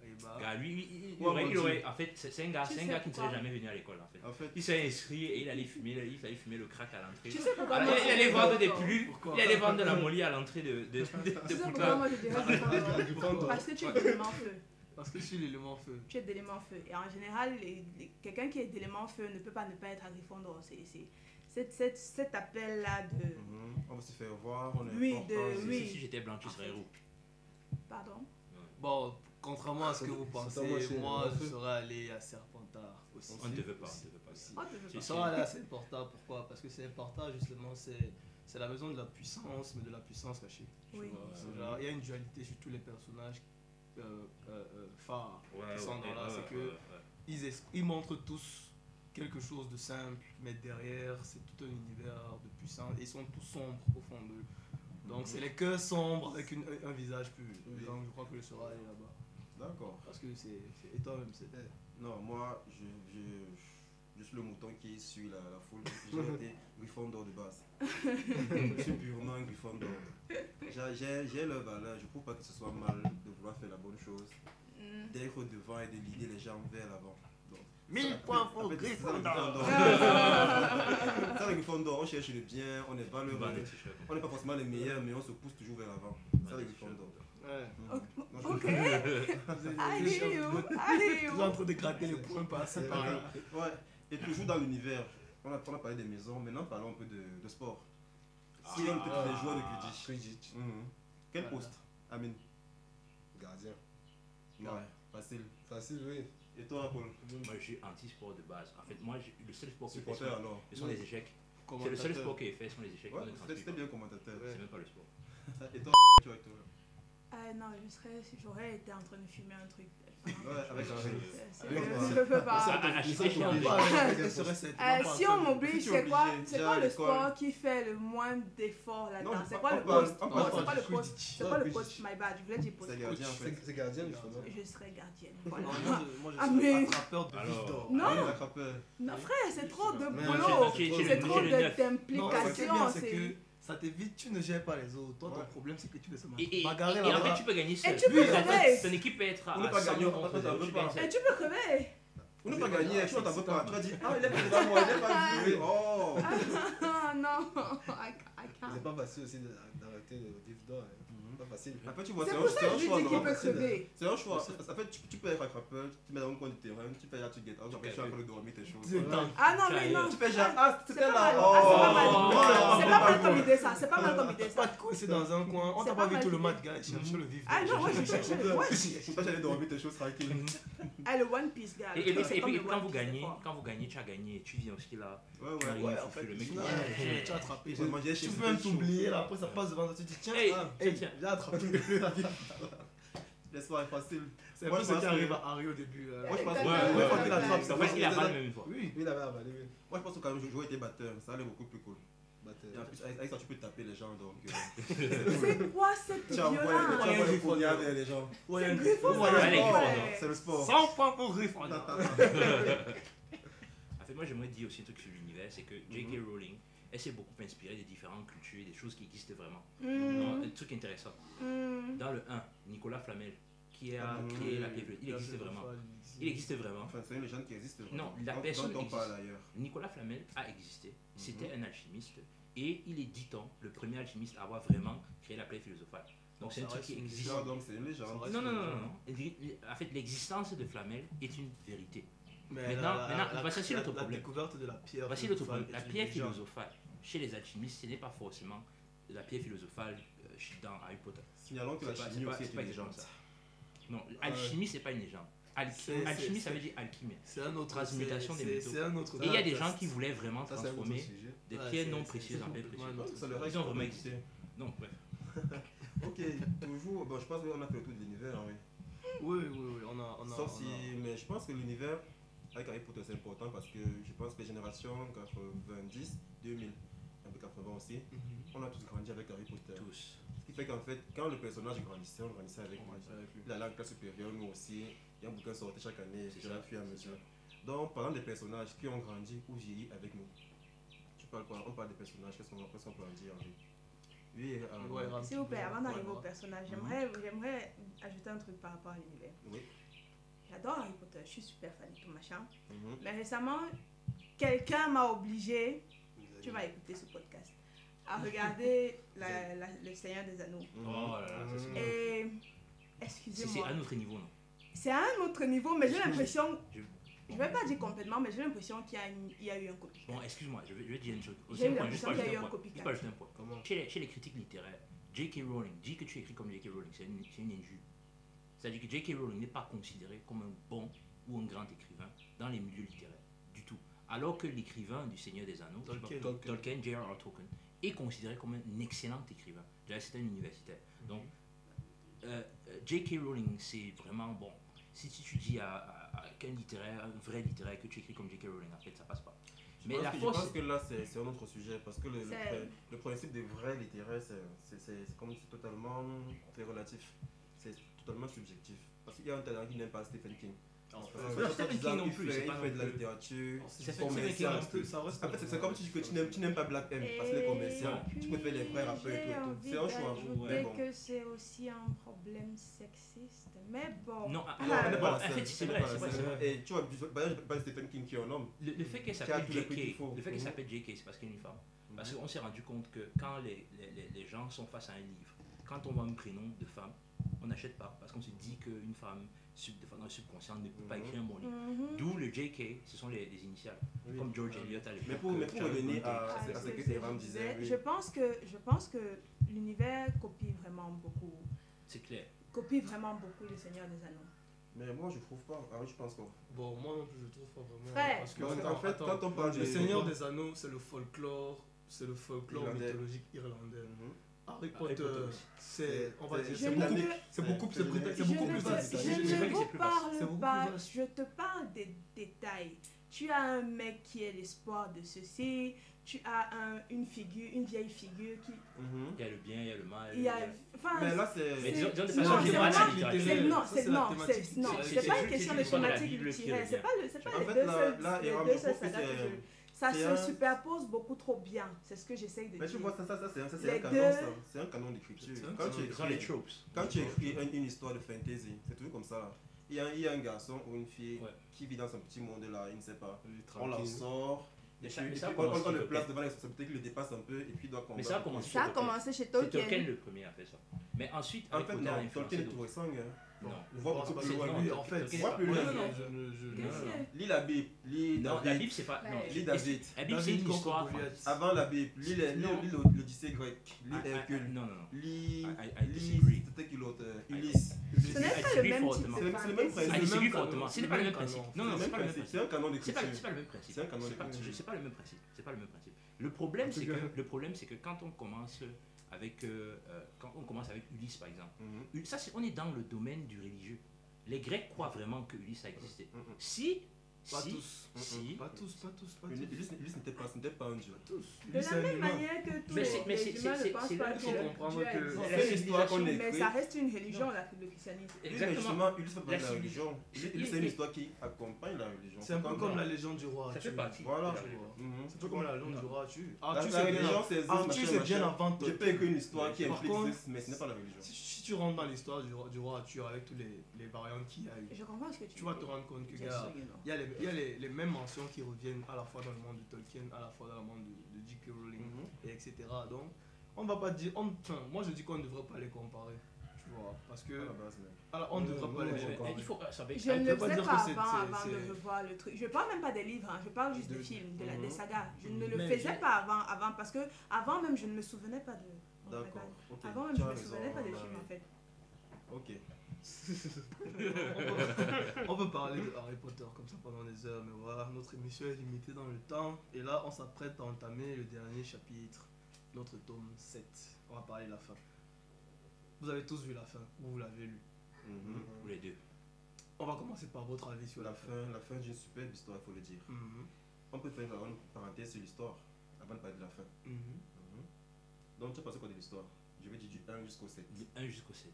Et bah,
Gars, lui, il- il- il
Ah. Ouais,
aurait-
mon
il
Dieu.
aurait- En fait, c'est c'est un gars,
Tu
c'est un
sais
gars qui ne serait
pourquoi
jamais venu à l'école, en fait.
En fait,
Il s'est inscrit et il allait fumer, le- il allait fumer le crack à l'entrée.
Tu sais pourquoi
Ah,
moi,
il
je
allait
dirais
vendre des
Gryffondor
pulls, il allait vendre de la molly à l'entrée de, de, de, de
Tu sais
Poudlard.
pourquoi moi, je dirais Gryffondor
Gryffondor.
Parce que tu es d'élément feu.
Parce que je suis l'élément feu.
Tu es d'élément feu. Et en général, les- les- quelqu'un qui est d'élément feu ne peut pas ne pas être à Gryffondor. C'est c'est- cette- cette- cet appel-là de...
mhm, on va se faire voir. On est
Oui,
important
de-
ici.
oui. Ah,
Si, si j'étais blanc, tu serais roux.
Pardon
Bon, contrairement à ce que vous
C'est pas moi,
pensez,
c'est
moi
l'élément
je
feu.
serais allé à Serpentard aussi.
On ne te veut pas, on ne te veut pas.
Aussi.
Oh, tu veux
Je
pas.
serais allé à Serpentard, pourquoi Parce que Serpentard justement c'est c'est la maison de la puissance, mais de la puissance cachée. tu
Oui.
vois.
Bah
C'est genre, Il y a une dualité sur tous les personnages euh, euh, euh, phares.
Ouais,
Ils sont
ouais,
dans là,
ouais,
c'est
ouais,
que-
ouais, ouais.
ils, es- ils montrent tous quelque chose de simple, mais derrière, c'est tout un univers de puissance. Ils sont tous sombres au fond d'eux. Donc, c'est les cœurs sombres avec une- un visage pur.
Oui.
Donc, je crois que je serai allé là-bas.
D'accord.
Parce que c'est. c'est- Et toi-même, c'est.
Non, moi, je, je, je suis le mouton qui suit la, la foule. J'ai été Gryffondor de base. je suis purement un Gryffondor. J'ai- J'ai j'ai leur valeur. Je ne trouve pas que ce soit mal de vouloir faire la bonne chose,
Mm.
d'être devant et de guider les gens vers l'avant.
1000 points
En
pour
fait, c'est ça le
Gryffondor
Gryffondor. Ça, le Gryffondor, on cherche le bien, on est
On
valeureux.
vend des t-shirts.
On n'est pas forcément les meilleurs, mais on se pousse toujours vers l'avant.
On vend
Ça,
des
le
t-shirts.
Gryffondor.
Ouais.
Mhm.
Ok. Ah,
Non, je-
Ok.
Vous êtes- vous
Allez,
êtes- vous êtes-
yo, allez,
vous êtes en
yo.
train de gratter les points par ça, par là.
Ouais, et toujours dans l'univers. On a, on a parlé des maisons, maintenant parlons un peu de, de sport. Si on peut être des joueurs de Quidditch.
Quidditch,
Mhm. Quel
Voilà.
poste Amine
gardien.
Ouais, facile.
Facile, oui.
Et toi, Paul
Moi, je suis anti-sport de base. En fait, moi, je- le seul sport que je fais,
Supporter
ce
alors
sont les échecs. C'est le seul
Commentateur.
sport qui est fait, ce sont les échecs.
Ouais,
On est
c'était-
tranquille,
c'était bien commentateur.
Ouais.
C'est même pas le sport.
Et toi, tu vois, toi
Ah non, je serais, j'aurais été en train de fumer un truc.
Ouais, avec un
C'est- c'est- Je
Ouais.
ne peux
Ah,
pas.
ah, ah, j'étais
ça,
chiant,
t'es
déjà.
obligé.
Euh, si on m'oblige,
Si tu es
c'est quoi,
obligé,
c'est
déjà
quoi
à
le
l'école.
sport qui fait le moins d'efforts
Non,
là-dedans
mais
C'est
on
quoi le
parle-
poste
on
Non,
parle
C'est
pas
quoi le
du
poste
Quidditch.
C'est
Non,
quoi le
puis-
poste My bad, je voulais dire
C'est
poste.
gardien en fait.
C'est c'est gardien, justement.
Je serais gardienne. voilà.
Moi, je
Ah,
suis
mais-
attrapeur de
Alors.
Victor.
Non.
Allez, l'attrapeur.
Non, frère, c'est trop de
Mais-
boulot.
Chez- chez- chez
C'est
le-
trop
chez le
de-
Non,
neuf.
ce qui est
d'implications.
bien, c'est
c'est-
que ça t'évite, tu ne gères pas les autres. Toi, ton
Ouais.
problème, c'est que tu veux seulement
Et, et-
bagarrer
et
là
en fait, tu peux gagner seul.
Et tu peux
Oui, en
Ton-
crever.
Ton équipe peut être à
On n'est
à
pas
100
gagnant,
contre
après, ça
zéro,
veut
tu
pas.
gagnes seul.
Eh, tu peux crever.
On n'a pas gagné, tu vois, t'as pas peur. Tu as dit, ah, il est pas moi, il est pas vu. Oh
Ah non, I I
C'est
can't.
pas facile aussi de- d'arrêter le vif d'or. hein. C'est pas facile.
Après, tu vois,
C'est
c'est
pour
un
ça
c'est
que
un
je lui
choix.
dis qu'il
non
peut crever.
C'est un choix. En fait, tu, tu peux être attrapeur, tu te mets dans le coin du terrain, tu fais là, tu guettes. Après, je suis en train de dormir tes choses.
C'est
Voilà.
dingue.
Ah non, mais
Ailleurs.
non.
Tu fais genre,
Ah,
ah,
c'est
c'était
pas
là.
mal.
Oh
Ah, c'est pas mal. C'est pas mal
Non,
comme idée ça. C'est pas mal comme idée
Pas
ça.
de couilles, c'est dans un coin. On
C'est
t'a pas
pas
vu tout le
validé.
match, gars. Cherche le vif.
Ah non, moi je cherche. Ouais.
Toi, j'allais dormir tes choses tranquilles.
Ah, le One Piece, gars.
Et, et- et- et
C'est
puis,
comme le
quand
One
vous
Piece, c'est
gagnez,
fort.
quand vous gagnez, tu as gagné, tu viens aussi là.
Ouais, ouais.
Ouais.
Ouais, en fait,
Le mec,
tu
il-
ouais, tu as attrapé.
J'ai mangé chez
Tu peux même
Stéphane.
t'oublier là. Après, ça passe devant toi. Tu te dis, tiens,
Hey,
ah,
tiens,
hey,
tiens.
j'ai attrapé.
L'espoir est facile.
C'est un
Moi,
peu
je
ce
pense
qui
que-
arrive à Harry au début. là.
Moi, je pense
Ouais,
que
ouais,
la fois qu'il
ouais.
attrape,
En
ça
fait,
va
il a pas
pas
le même effort.
Oui.
Lui, il avait avalé, lui.
Moi, je pense que quand même, j'aurais été batteur. Ça allait beaucoup plus cool.
Batteur.
Et en plus, avec avec ça, tu peux taper les gens. Donc, euh,
C'est quoi cette
tu envoies tu
violence
ouais.
envoies les poignards vers les gens.
C'est
Ouais,
Griffon,
ouais,
ça,
Allez, Griffon,
ouais.
C'est le sport.
100 points pour Gryffondor.
En fait, moi, j'aimerais dire aussi un truc sur l'univers, c'est que
Mhm.
J.K. Rowling, elle s'est beaucoup inspirée des différentes cultures, et des choses qui existent vraiment.
Mhm.
Non, un
Mmh,
truc intéressant.
mmh.
Dans le 1, Nicolas Flamel, qui a
Ah, oui.
créé la Bible, il existe vraiment. Il existe vraiment.
Enfin, c'est une légende qui existe.
Non, la personne
dont on parle
existe.
ailleurs.
Nicolas Flamel a existé. C'était un alchimiste. Et il est, dit-on, le premier alchimiste à avoir vraiment créé la plaie philosophale.
Bon,
Donc c'est
ça
un truc
reste
qui
une
existe.
Non, donc c'est une légende.
Ouais,
Non,
c'est une
non, non, non,
légende.
non. Il- En fait, l'existence de Flamel est une vérité.
Mais la-
Maintenant-
la-
maintenant,
la-
voici
la-
l'autre
la
problème.
découverte de la pierre.
Voici l'autre
philosophale
problème. La
est une
pierre
légende.
philosophale, chez les alchimistes, ce n'est pas forcément la pierre philosophale euh, chez- dans Harry Potter.
Signalons que
C'est
la
pas- c'est
chimie
pas-
aussi
c'est
est
pas
une légende.
exactement Non, alchimie, c'est pas une légende. Alchi-
C'est- c'est-
alchimie, ça
c'est-
veut dire alchimie.
C'est un autre.
Transmutation
c'est-
des
c'est-
métaux.
C'est un autre.
Et
Et il y a des
podcast.
gens qui voulaient vraiment
Ça, c'est un autre
transformer
sujet.
des
Ouais,
pierres
c'est-
non
c'est-
précieuses en
c'est
pierres
complètement
précieuses.
un autre
Ça le
sujet.
reste
Ils ont vraiment
pas
existé. Non, bref.
Ok, toujours. Bon, je pense qu'on a fait le tour de l'univers, hein, oui.
Oui, oui, oui, on a. On a
Sauf
on
si.
a-
Mais je pense que l'univers avec Harry Potter c'est important parce que je pense que les générations 90, 2000, un peu 80 aussi,
Mhm.
on a tous grandi avec Harry Potter.
Tous.
Ce qui fait qu'en fait, quand le personnage grandissait, on grandissait avec
On
lui.
grandissait avec lui.
Il allait en classe supérieure, nous aussi. Il y a un bouquin sortait chaque année,
C'est
je
ça,
l'ai fur et à
c'est
mesure. Donc, parlant des personnages qui ont grandi ou vieilli avec nous, tu parles quoi On parle des personnages, qu'est-ce qu'on qu'est-ce qu'on peut en dire Henri Oui, euh, alors.
Ouais, Ram,
S'il vous
tu peux-
plaît, avant d'arriver
ouais,
au
ouais.
personnage, j'aimerais j'aimerais ajouter un truc par rapport à l'univers.
Oui.
J'adore Harry Potter, je suis super fan et tout machin.
Mhm.
Mais récemment, quelqu'un m'a obligé,
Vous
tu
avez-
vas écouter ce podcast, à regarder la- la- Le Seigneur des Anneaux.
Mhm.
Oh là là, ça,
Euh,
c'est-
Et
c'est c'est
excusez-moi,
à notre niveau, non
c'est à un autre niveau, mais j'ai
Excuse-
l'impression,
je-
je vais pas dire complètement, mais j'ai l'impression qu'il y, a une- il y a eu un copier.
Bon, excuse-moi, je vais, je vais dire une chose.
J'ai
Aussi un
eu
point,
l'impression
juste pas
qu'il y a
ajouter
eu
un
un
point.
copycat.
Juste pas ajouter un point.
Comment
Chez les, chez les critiques littéraires, J.K. Rowling, dit que tu écris comme J.K. Rowling, c'est une, c'est une injure. C'est-à-dire que J.K. Rowling n'est pas considéré comme un bon ou un grand écrivain dans les milieux littéraires, du tout. Alors que l'écrivain du Seigneur des Anneaux, je sais pas,
Tolkien.
Tolkien.
Tolkien, J.R.R. Tolkien, est considéré comme un excellent écrivain. Déjà, c'est un universitaire. Donc, euh, euh, J.K. Rowling, c'est vraiment bon. Si tu, tu dis à, à- à qu'un littéraire, un vrai littéraire, que tu écris comme J.K. Rowling, en fait, ça passe pas.
Je
Mais
pense
la
que-
force-
Je pense que là, c'est c'est un autre sujet parce que le, le,
C'est-
pri- le principe des vrais littéraires, c'est- c'est c'est- c'est comme c'est totalement très relatif. C'est totalement subjectif. Parce qu'il y a un talent qui n'aime pas Stephen King.
Alors,
Parce
c'est-
que
euh, Stephen
il
King non
fait-
plus,
Il
c'est
fait,
pas
il fait de la
non plus-
littérature.
c'est-
Ça fait-
c'est-
commercial,
c'est-
un
c'est-
peu.
ça reste
Après, c'est- c'est comme tu dis que tu n'aimes, tu n'aimes pas Black M parce que les commerciaux, tu peux faire les vrais rappeurs et tout. et tout. C'est un choix. Mais bon.
que c'est aussi un problème sexiste, mais bon.
Non, ah,
Non, on n'est
ah,
pas
en
la
fait,
seule.
c'est
On
vrai,
n'est pas
c'est
la
vrai. c'est
seule.
vrai.
Et tu vois, du- par exemple, pas Stephen King qui est un homme.
Le, le fait qu'elle
Qui a
s'appelle
tout le prix qu'il
JK,
faut.
le fait qu'elle
Mhm.
s'appelle JK, c'est parce qu'elle est une femme. Parce qu'on s'est rendu compte que quand les, les- les- les gens sont face à un livre, quand on voit un prénom de femme, on n'achète pas parce qu'on se dit qu'une femme sub, de façon subconsciente ne peut pas
Mhm.
écrire un bon livre.
Mhm.
euh,
D'où le JK, ce sont les, les initiales.
Oui.
Comme George Eliot à l'époque.
Mais pour, mais pour
Charles
revenir
Brontë.
à,
Ah,
à
c'est
ce
ce
que
que
Ram disait,
Mais
oui.
Je pense que je pense que l'univers copie vraiment beaucoup,
C'est clair.
copie vraiment beaucoup le Seigneur des Anneaux.
Mais moi, je trouve pas. Ah oui, je pense qu'on.
Bon, moi non plus, je trouve pas vraiment.
Frère.
Parce que,
Parce qu'en fait,
attends,
quand on parle
le
de-
Seigneur des Anneaux, c'est le folklore, c'est le folklore
Irlandais.
mythologique irlandais.
Mhm.
Harry
Harry
Potter,
Potter aussi.
c'est, on va
C'est-
dire,
Je
c'est
ne
la-
beaucoup,
veux-
c'est beaucoup,
c'est
c'est
le-
brut- c'est
Je
beaucoup
ne
plus
veux-
vaste.
détaillé.
Je
C'est vrai
ne
que
vous
c'est plus vaste.
C'est beaucoup
parle
plus
pas,
vaste.
je te parle des détails. Tu as un mec qui est l'espoir de ceci, tu as un- une figure, une vieille figure qui.
Mhm.
Il y a le bien, il y a le mal.
Il y a. Enfin,
Mais là,
Mais
c'est.
disons, disons des
Non,
passages
c'est
généraux à la
vraiment-
littérature.
c'est- non,
Ça,
c'est
c'est la
non,
thématique.
c'est non,
C'est-
c'est
c'est
pas
juste
une question de
l'utilisation de la
thématique
Bible qui
littéraire, c'est
revient.
pas le, c'est pas
En
les
fait,
deux
là-
seuls-
là,
les
Eram,
deux
je
seuls
trouve que
sagas que
c'est-
je- Ça
c'est
se
un-
superpose beaucoup trop bien, c'est ce que j'essaye de
Mais tu
dire.
vois, ça, ça, ça, c'est un- ça, c'est
Les
un
deux.
canon, ça. C'est un canon d'écriture.
C'est un
Quand
canon
tu
Ce sont les
écris,
tropes.
quand tu écris une, une histoire de fantasy, c'est toujours comme ça. Il y, a, il y a un garçon ou une fille
Ouais.
qui vit dans son petit monde là, il ne sait pas. On
Tranquille.
l'en sort, et
Mais
puis,
ça- mais
et
ça,
puis
comment
on, on- on
est-ce
le
qu'il
place
peut-
devant la responsabilité, il le dépasse un peu, et puis il doit combattre.
Mais ça a commencé
Ça a
sur Tolkien.
commencé chez
C'est
Tolkien.
Tolkien le premier a fait ça. Mais ensuite,
En
Harry
fait,
Potter a
non,
influencé
Tolkien est tout
d'autres.
récent. hein.
Non.
On voit beaucoup
c'est-
plus loin.
non,
Lui,
non,
en fait,
Tolkien,
on voit
c'est
plus
pas-
loin.
Ouais, non,
Je- je- je-
Non,
Qu'est-ce
non.
que-
Lis la Bible, lis
Non, la
David,
Bible, c'est pas.
Ouais.
Non,
lis David.
La Bible, c'est
David
une
contre
histoire.
Goliath.
Avant la Bible, lis les- lis-
Non.
lis l'O- l'Odyssée grecque,
Ah,
lis
ah, ah,
Hercule,
Non, non, non.
lis.
I- I- I
lis-
disagree.
C'était qui l'autre euh,
I-
Ulysse.
I-
Ce n'est
I
pas le
disagree
même type
fortement.
de
C'est- c'est le même
Ah,
fantasy.
C'est le
principe.
il s'est
même
fortement.
canon, c'est
Ce n'est pas le
le
même
même
principe.
canon.
Non,
C'est le même
non, c'est pas le même
principe,
principe.
C'est un canon
C'est pas,
d'écriture.
c'est pas le même principe.
C'est un canon
pas,
d'écriture.
c'est pas le même principe. C'est pas le même principe. Le problème,
En tout
c'est
cas.
que le problème, c'est que quand on commence avec euh, euh, quand on commence avec Ulysse, par exemple,
Mhm.
Ulysse- ça, c'est- on est dans le domaine du religieux. Les Grecs croient vraiment que Ulysse a existé.
Mhm.
Si,
Mm, Pas
si,
tous. Mm,
si,
Pas tous, pas tous, pas
Ulysse-
tous.
Ulysse Ulysse n'était pas, ce n'était pas un dieu.
De la même manière que tous
Mais
les-
c'est- mais c'est-
les humains
c'est-
ne pensent
c'est
pas
là
que
qu'il faut
comprendre
Dieu
que-
existe.
C'est l'histoire qu'on
Mais
écrit.
ça reste une religion, la- le christianisme.
Oui, mais
exactement.
Justement, Ulysse fait partie de
La
la
civilisation.
religion. Ulysse,
Il-
Ulysse, c'est
il-
une histoire qui accompagne la religion.
C'est un peu
Comme-
comme la légende du roi
Ça fait
Arthur.
partie.
Voilà.
de la religion.
Mhm.
C'est un peu comme la légende du roi Arthur.
La-
Arthur,
la
c'est bien-
religion, c'est Zeus,
Arthur,
machin,
c'est bien
machin.
avant
Je
Tolkien.
peux écrire une histoire qui
Par
implique
contre,
Zeus, mais ce n'est pas la religion.
Si, si tu rentres dans l'histoire du, roi- du roi Arthur avec toutes les, les variantes qu'il y a eu,
Je comprends ce que tu
tu vas
dis.
te rendre compte que
Bien
gars,
sûr que non.
il y a, les, il y a les, les mêmes mentions qui reviennent à la fois dans le monde de Tolkien, à la fois dans le monde de, de J.K. Rowling,
Mhm.
et etc. Donc, on va pas dire. on- enfin, moi, je dis qu'on ne devrait pas les comparer. Tu vois, parce que.
À la base, mais-
alors, on ne devrait pas
Ouais,
les
ouais,
comparer.
Mais Euh, Il faut ça va être-
Je
peut
ne le
pas
faisais
dire
pas,
que c'est-
avant,
c'est-
avant de
c'est-
revoir le truc. Je parle même pas des livres, hein, je parle juste
De-
des films, de la,
Mhm.
des sagas. Je ne le
Mais
faisais
je-
pas avant, avant parce que avant même je ne me souvenais pas de.
D'accord. ok,
Avant même
tu
je
as
ne me
raison,
souvenais pas des
bah
films
oui.
en fait.
Ok.
on peut parler de Harry Potter comme ça pendant des heures, mais voilà, notre émission est limitée dans le temps. Et là, on s'apprête à entamer le dernier chapitre, notre tome 7. On va parler de la fin. Vous avez tous vu la fin, ou vous l'avez lu.
Mhm.
Ou les deux.
On va commencer par votre avis sur
La
la fin.
fin, la fin d'une superbe histoire, il faut le dire.
Mhm,
On peut faire une parenthèse sur l'histoire avant de parler de la fin.
mhm.
Mhm. Donc, tu as pensé quoi de l'histoire Je vais dire du 1 jusqu'au 7.
Du 1 jusqu'au 7.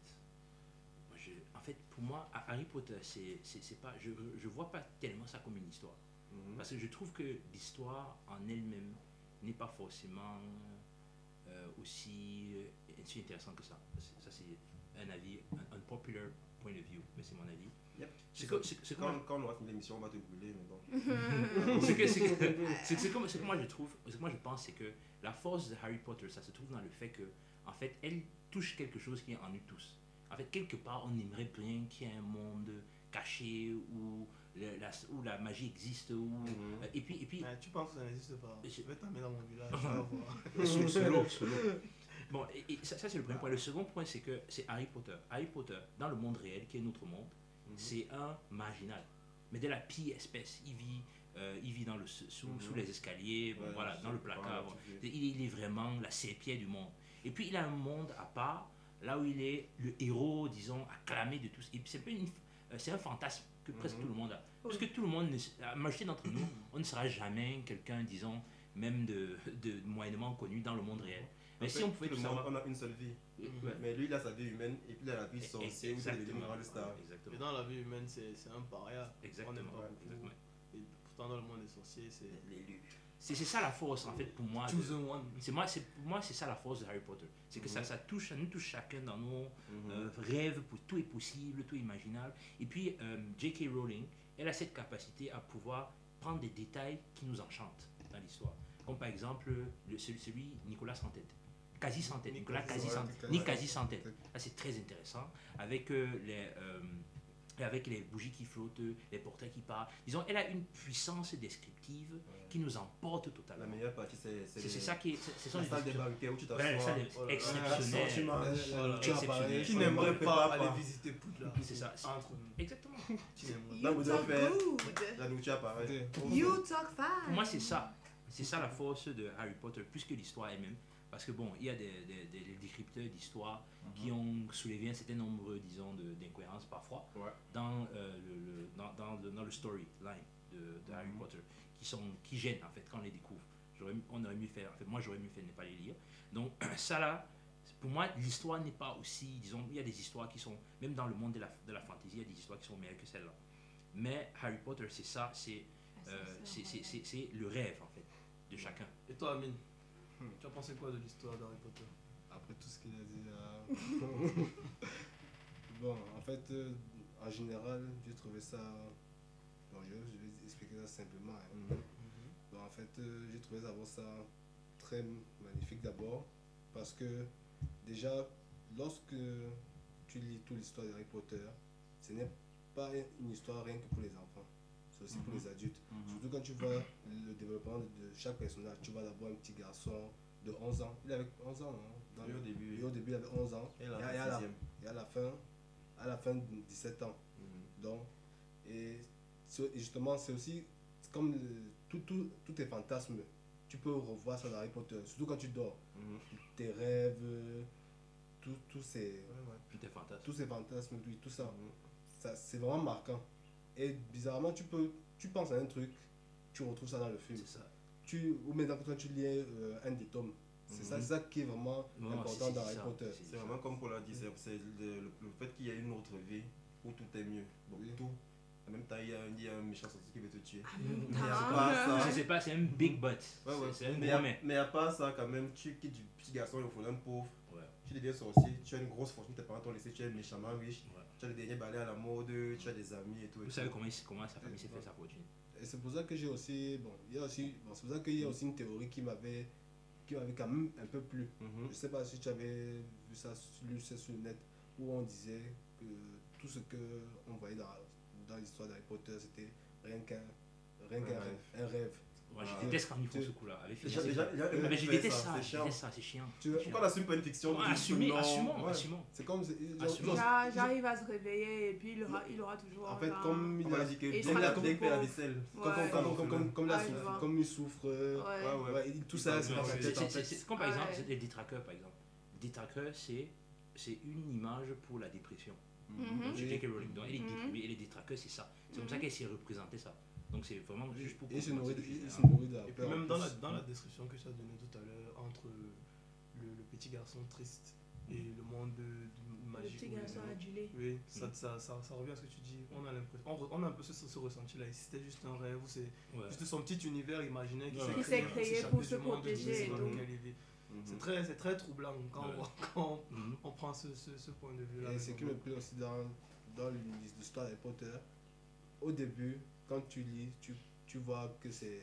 Moi, je- en fait, pour moi, à- Harry Potter, c'est, c'est, c'est pas, je ne vois pas tellement ça comme une histoire.
Mhm.
Parce que je trouve que l'histoire en elle-même n'est pas forcément euh, aussi, euh, aussi intéressante que ça. C'est- Ça, c'est un avis, un, un popular point de view, mais c'est mon avis.
Yep.
C'est, comme, c'est, c'est
Quand,
comme,
quand on aura fini l'émission, on va te brûler, mais bon.
c'est que- c'est que- c'est- c'est comme- c'est que moi je trouve, c'est que moi je pense, c'est que la force de Harry Potter, ça se trouve dans le fait que, en fait, elle touche quelque chose qui est en nous tous. En fait, quelque part, on aimerait bien qu'il y ait un monde caché où, le- la, où la magie existe. Où,
Mhm.
et puis, et puis
Ouais, Ah, tu penses que ça n'existe pas
Je-
Je vais t'amener dans mon village, tu vas voir.
Solo, solo, solo. Bon, et, et ça, ça, c'est le premier point. Le second point, c'est que c'est Harry Potter. Harry Potter, dans le monde réel, qui est notre monde,
Mhm.
c'est un marginal. Mais de la pire espèce. Il vit, euh, il vit dans le, sous, sous-
Mhm.
sous les escaliers, bon,
Ouais,
voilà,
c'est-
dans le
voilà,
placard.
tu fais-
Il, il est vraiment la sépia du monde. Et puis il a un monde à part, là où il est le héros, disons, acclamé de tous. Et C'est un peu une- euh, c'est un fantasme que presque
Mhm.
tout le monde a. Parce que tout le monde, ne s- la majorité d'entre nous, on ne sera jamais quelqu'un, disons, même de, de moyennement connu dans le monde réel. Mais
En
si
fait,
on pouvait
tout
tout
Mhm. le monde,
savoir.
on a une seule vie.
Ouais.
Mais lui, il a sa vie humaine et puis il a la vie sorcière où il est devenu
eh, Exactement.
moral star.
Mais
Exactement.
dans la vie humaine, c'est c'est un paria. On n'aime
Exactement.
pas
Exactement.
beaucoup. Et pourtant, dans le monde des sorciers, c'est.
C'est c'est ça la force, en fait, pour moi. de-
Chosen one.
C'est moi, c'est pour moi, c'est ça la force de Harry Potter. C'est que ça,
Mhm.
ça touche, ça nous touche chacun dans nos
Mhm.
euh, rêves, pour tout est possible, tout est imaginable. Et puis, euh, J.K. Rowling, elle a cette capacité à pouvoir prendre des détails qui nous enchantent dans l'histoire. Comme par exemple le, celui, celui Nicolas sans tête. Quasi sans tête. Nicolas
Nicolas
quasi
sans
sans
tête.
Ni quasi sans tête.
Ouais.
Ça, c'est très intéressant. Avec euh, les, euh, et avec les bougies qui flottent, les portraits qui parlent. Disons, elle a une puissance descriptive qui nous emporte
La
totalement.
meilleure partie, c'est
C'est c'est
les-
ça qui est. c'est- c'est ça
la
les
salle des
descriptions.
banquets où tu t'assois.
Ouais, la salle est
Oh là là.
exceptionnelle.
Tu manges.
Tu as parlé.
Qui
On
n'aimerait
ne peut
pas
pas
aller
pas.
visiter Poudlard
C'est ça.
Entre nous.
Exactement.
Qui n'aimerait
Là,
You
vous devez
talk
faire-
good.
La nourriture apparaît.
pas
You talk fine.
Pour moi, c'est ça. C'est ça la force de Harry Potter, plus que l'histoire elle-même. Parce que bon, il y a des, des- des- des décrypteurs d'histoire
Mhm.
qui ont soulevé un certain nombre, disons, de- d'incohérences parfois
Ouais.
dans, euh, le, le- dans, dans le, dans le storyline de, de Harry
Mhm.
Potter, qui, sont, qui gênent en fait quand on les découvre. J'aurais- On aurait mieux fait, en fait, moi j'aurais mieux fait de ne pas les lire. Donc ça là, c'est- pour moi, l'histoire n'est pas aussi, disons, il y a des histoires qui sont, même dans le monde de la, de la fantasy, il y a des histoires qui sont meilleures que celle-là. Mais Harry Potter, c'est ça, c'est euh, c'est- c'est c'est- c'est le rêve en fait de chacun.
Et toi, Amine
Hmm.
Tu as pensé quoi de l'histoire d'Harry Potter
Après tout ce qu'il a dit euh, là. bon, en fait, euh, en général, j'ai trouvé ça. Bon, je, je vais expliquer ça simplement. hein.
Mhm.
Bon, en fait, euh, j'ai trouvé d'abord ça très magnifique d'abord. Parce que, déjà, lorsque tu lis toute l'histoire d'Harry Potter, ce n'est pas une histoire rien que pour les enfants. C'est aussi pour
Mhm.
les adultes. Surtout quand tu vois le développement de chaque personnage. Tu vois d'abord un petit garçon de 11 ans. Il avait 11 ans, hein, dans
Lui,
le-
au début.
lui, au début, il avait 11 ans.
Et
Et
là,
à, et à la,
sixième.
et à la fin, à la fin, 17 ans.
Mhm.
Donc, et, ce- et justement, c'est aussi comme le- tout, tout, tout est fantasme. Tu peux revoir ça dans Harry Potter, surtout quand tu dors.
Mhm.
Tes rêves, tout- tous ces,
Tout est fantastique.
tous ces fantasmes, tout, tout ça,
Mhm.
ça c'est vraiment marquant. Et bizarrement, tu, peux, tu penses à un truc, tu retrouves ça dans le film.
C'est ça.
Tu, ou maintenant que toi, tu lis euh, un des tomes.
Mhm.
C'est ça, c'est ça qui est vraiment
Non, non, c'est-
important
c'est
dans
ça,
Harry Potter.
C'est vraiment comme pour l'a dit, c'est c'est le, le- le fait qu'il y a une autre vie où tout est mieux. Donc
Oui.
tout. En même temps, il y a, un- il y a un méchant sorcier qui veut te tuer.
Mm.
Mais à
Ah,
part
euh,
ça,
Je sais pas, c'est un big butt.
Ouais, ouais.
C'est- C'est un
mais,
gros
à,
mais.
mais à part ça, quand même, tu quittes du petit garçon, il faut un pauvre.
Ouais.
Tu deviens sorcier, tu as une grosse fortune, tes parents t'ont laissé, tu es méchamment riche.
Ouais.
Tu as le dernier balai à la mode, tu as des amis et tout. et
Vous
tout.
savez comment, il- comment sa famille s'est fait sa fortune.
Et c'est pour ça que j'ai aussi. Bon, il y a aussi. Bon, c'est pour ça qu'il y a aussi une théorie qui m'avait. qui m'avait quand même un peu plu.
Mhm.
Je sais pas si tu avais vu ça, lu ça sur le net, où on disait que tout ce que on voyait dans, dans l'histoire d'Harry Potter, c'était rien qu'un. rien
Un
qu'un
rêve.
rêve. Un rêve.
Moi,
Ah.
je déteste quand ils font
Tu-
ce coup-là. Avec
Déjà, déjà, déjà, le
mais
mec
je
fait
déteste ça,
c'est
je
chiant.
déteste ça, c'est chiant.
Tu vois,
C'est
Pourquoi
chiant.
on assume pas une fiction
Ouais,
dit
assumez,
non,
assumons,
ouais.
assumons.
C'est comme. genre,
Assumons.
genre,
J'a- J'arrive à se réveiller et puis il aura, il aura toujours.
en fait,
un-
comme
On
il
m'a
a.
dit que
Et
dès que la
ça,
dès que la
ouais.
vaisselle.
Comme,
Ouais.
comme, comme, comme, comme, comme la
Ah, je
souffre-
vois.
comme il souffre. euh,
Ouais.
Ouais, ouais.
Ouais, il- tout
Il
ça,
parle
c'est
bien,
dans sa
ouais.
tête en
C'est-
fait.
c'est- C'est comme par
Ouais.
exemple c'est les détraqueurs, par exemple. Les détraqueurs, c'est c'est une image pour la dépression.
Mhm.
J.K.
Mm.
Rowling, donc elle est
Mhm.
déprimée, elle est détraqueur, c'est ça. C'est comme ça
Mhm.
qu'elle s'est représentée ça. Donc c'est vraiment juste pour.
Et il se
comprendre
nourrit de-
ce que
il
c'est.
se nourrit de la
Et puis
peur, en
même dans
plus.
la, dans la description que tu as donnée tout à l'heure, entre le, le petit garçon triste et le monde de, de
Le
magie.
petit
où-
garçon adulé.
Oui, ça, ça, ça, ça revient à ce que tu dis. On a l'impression, on, re- on a un peu ce, ce ressenti là. C'était juste un rêve, ou c'est
Ouais.
juste son petit univers imaginaire qui
Ouais.
s'est
Qui
créé,
s'est créé
s'échapper
pour
du
se
monde dans
protéger
et
lequel
tout.
il vit. C'est
Mhm.
très, c'est très troublant quand,
Ouais.
on, quand
Mhm.
on prend ce, ce, ce point de vue là.
Et ce qui me plaît aussi dans, dans l'histoire d'Harry Potter, au début, quand tu lis, tu, tu vois que c'est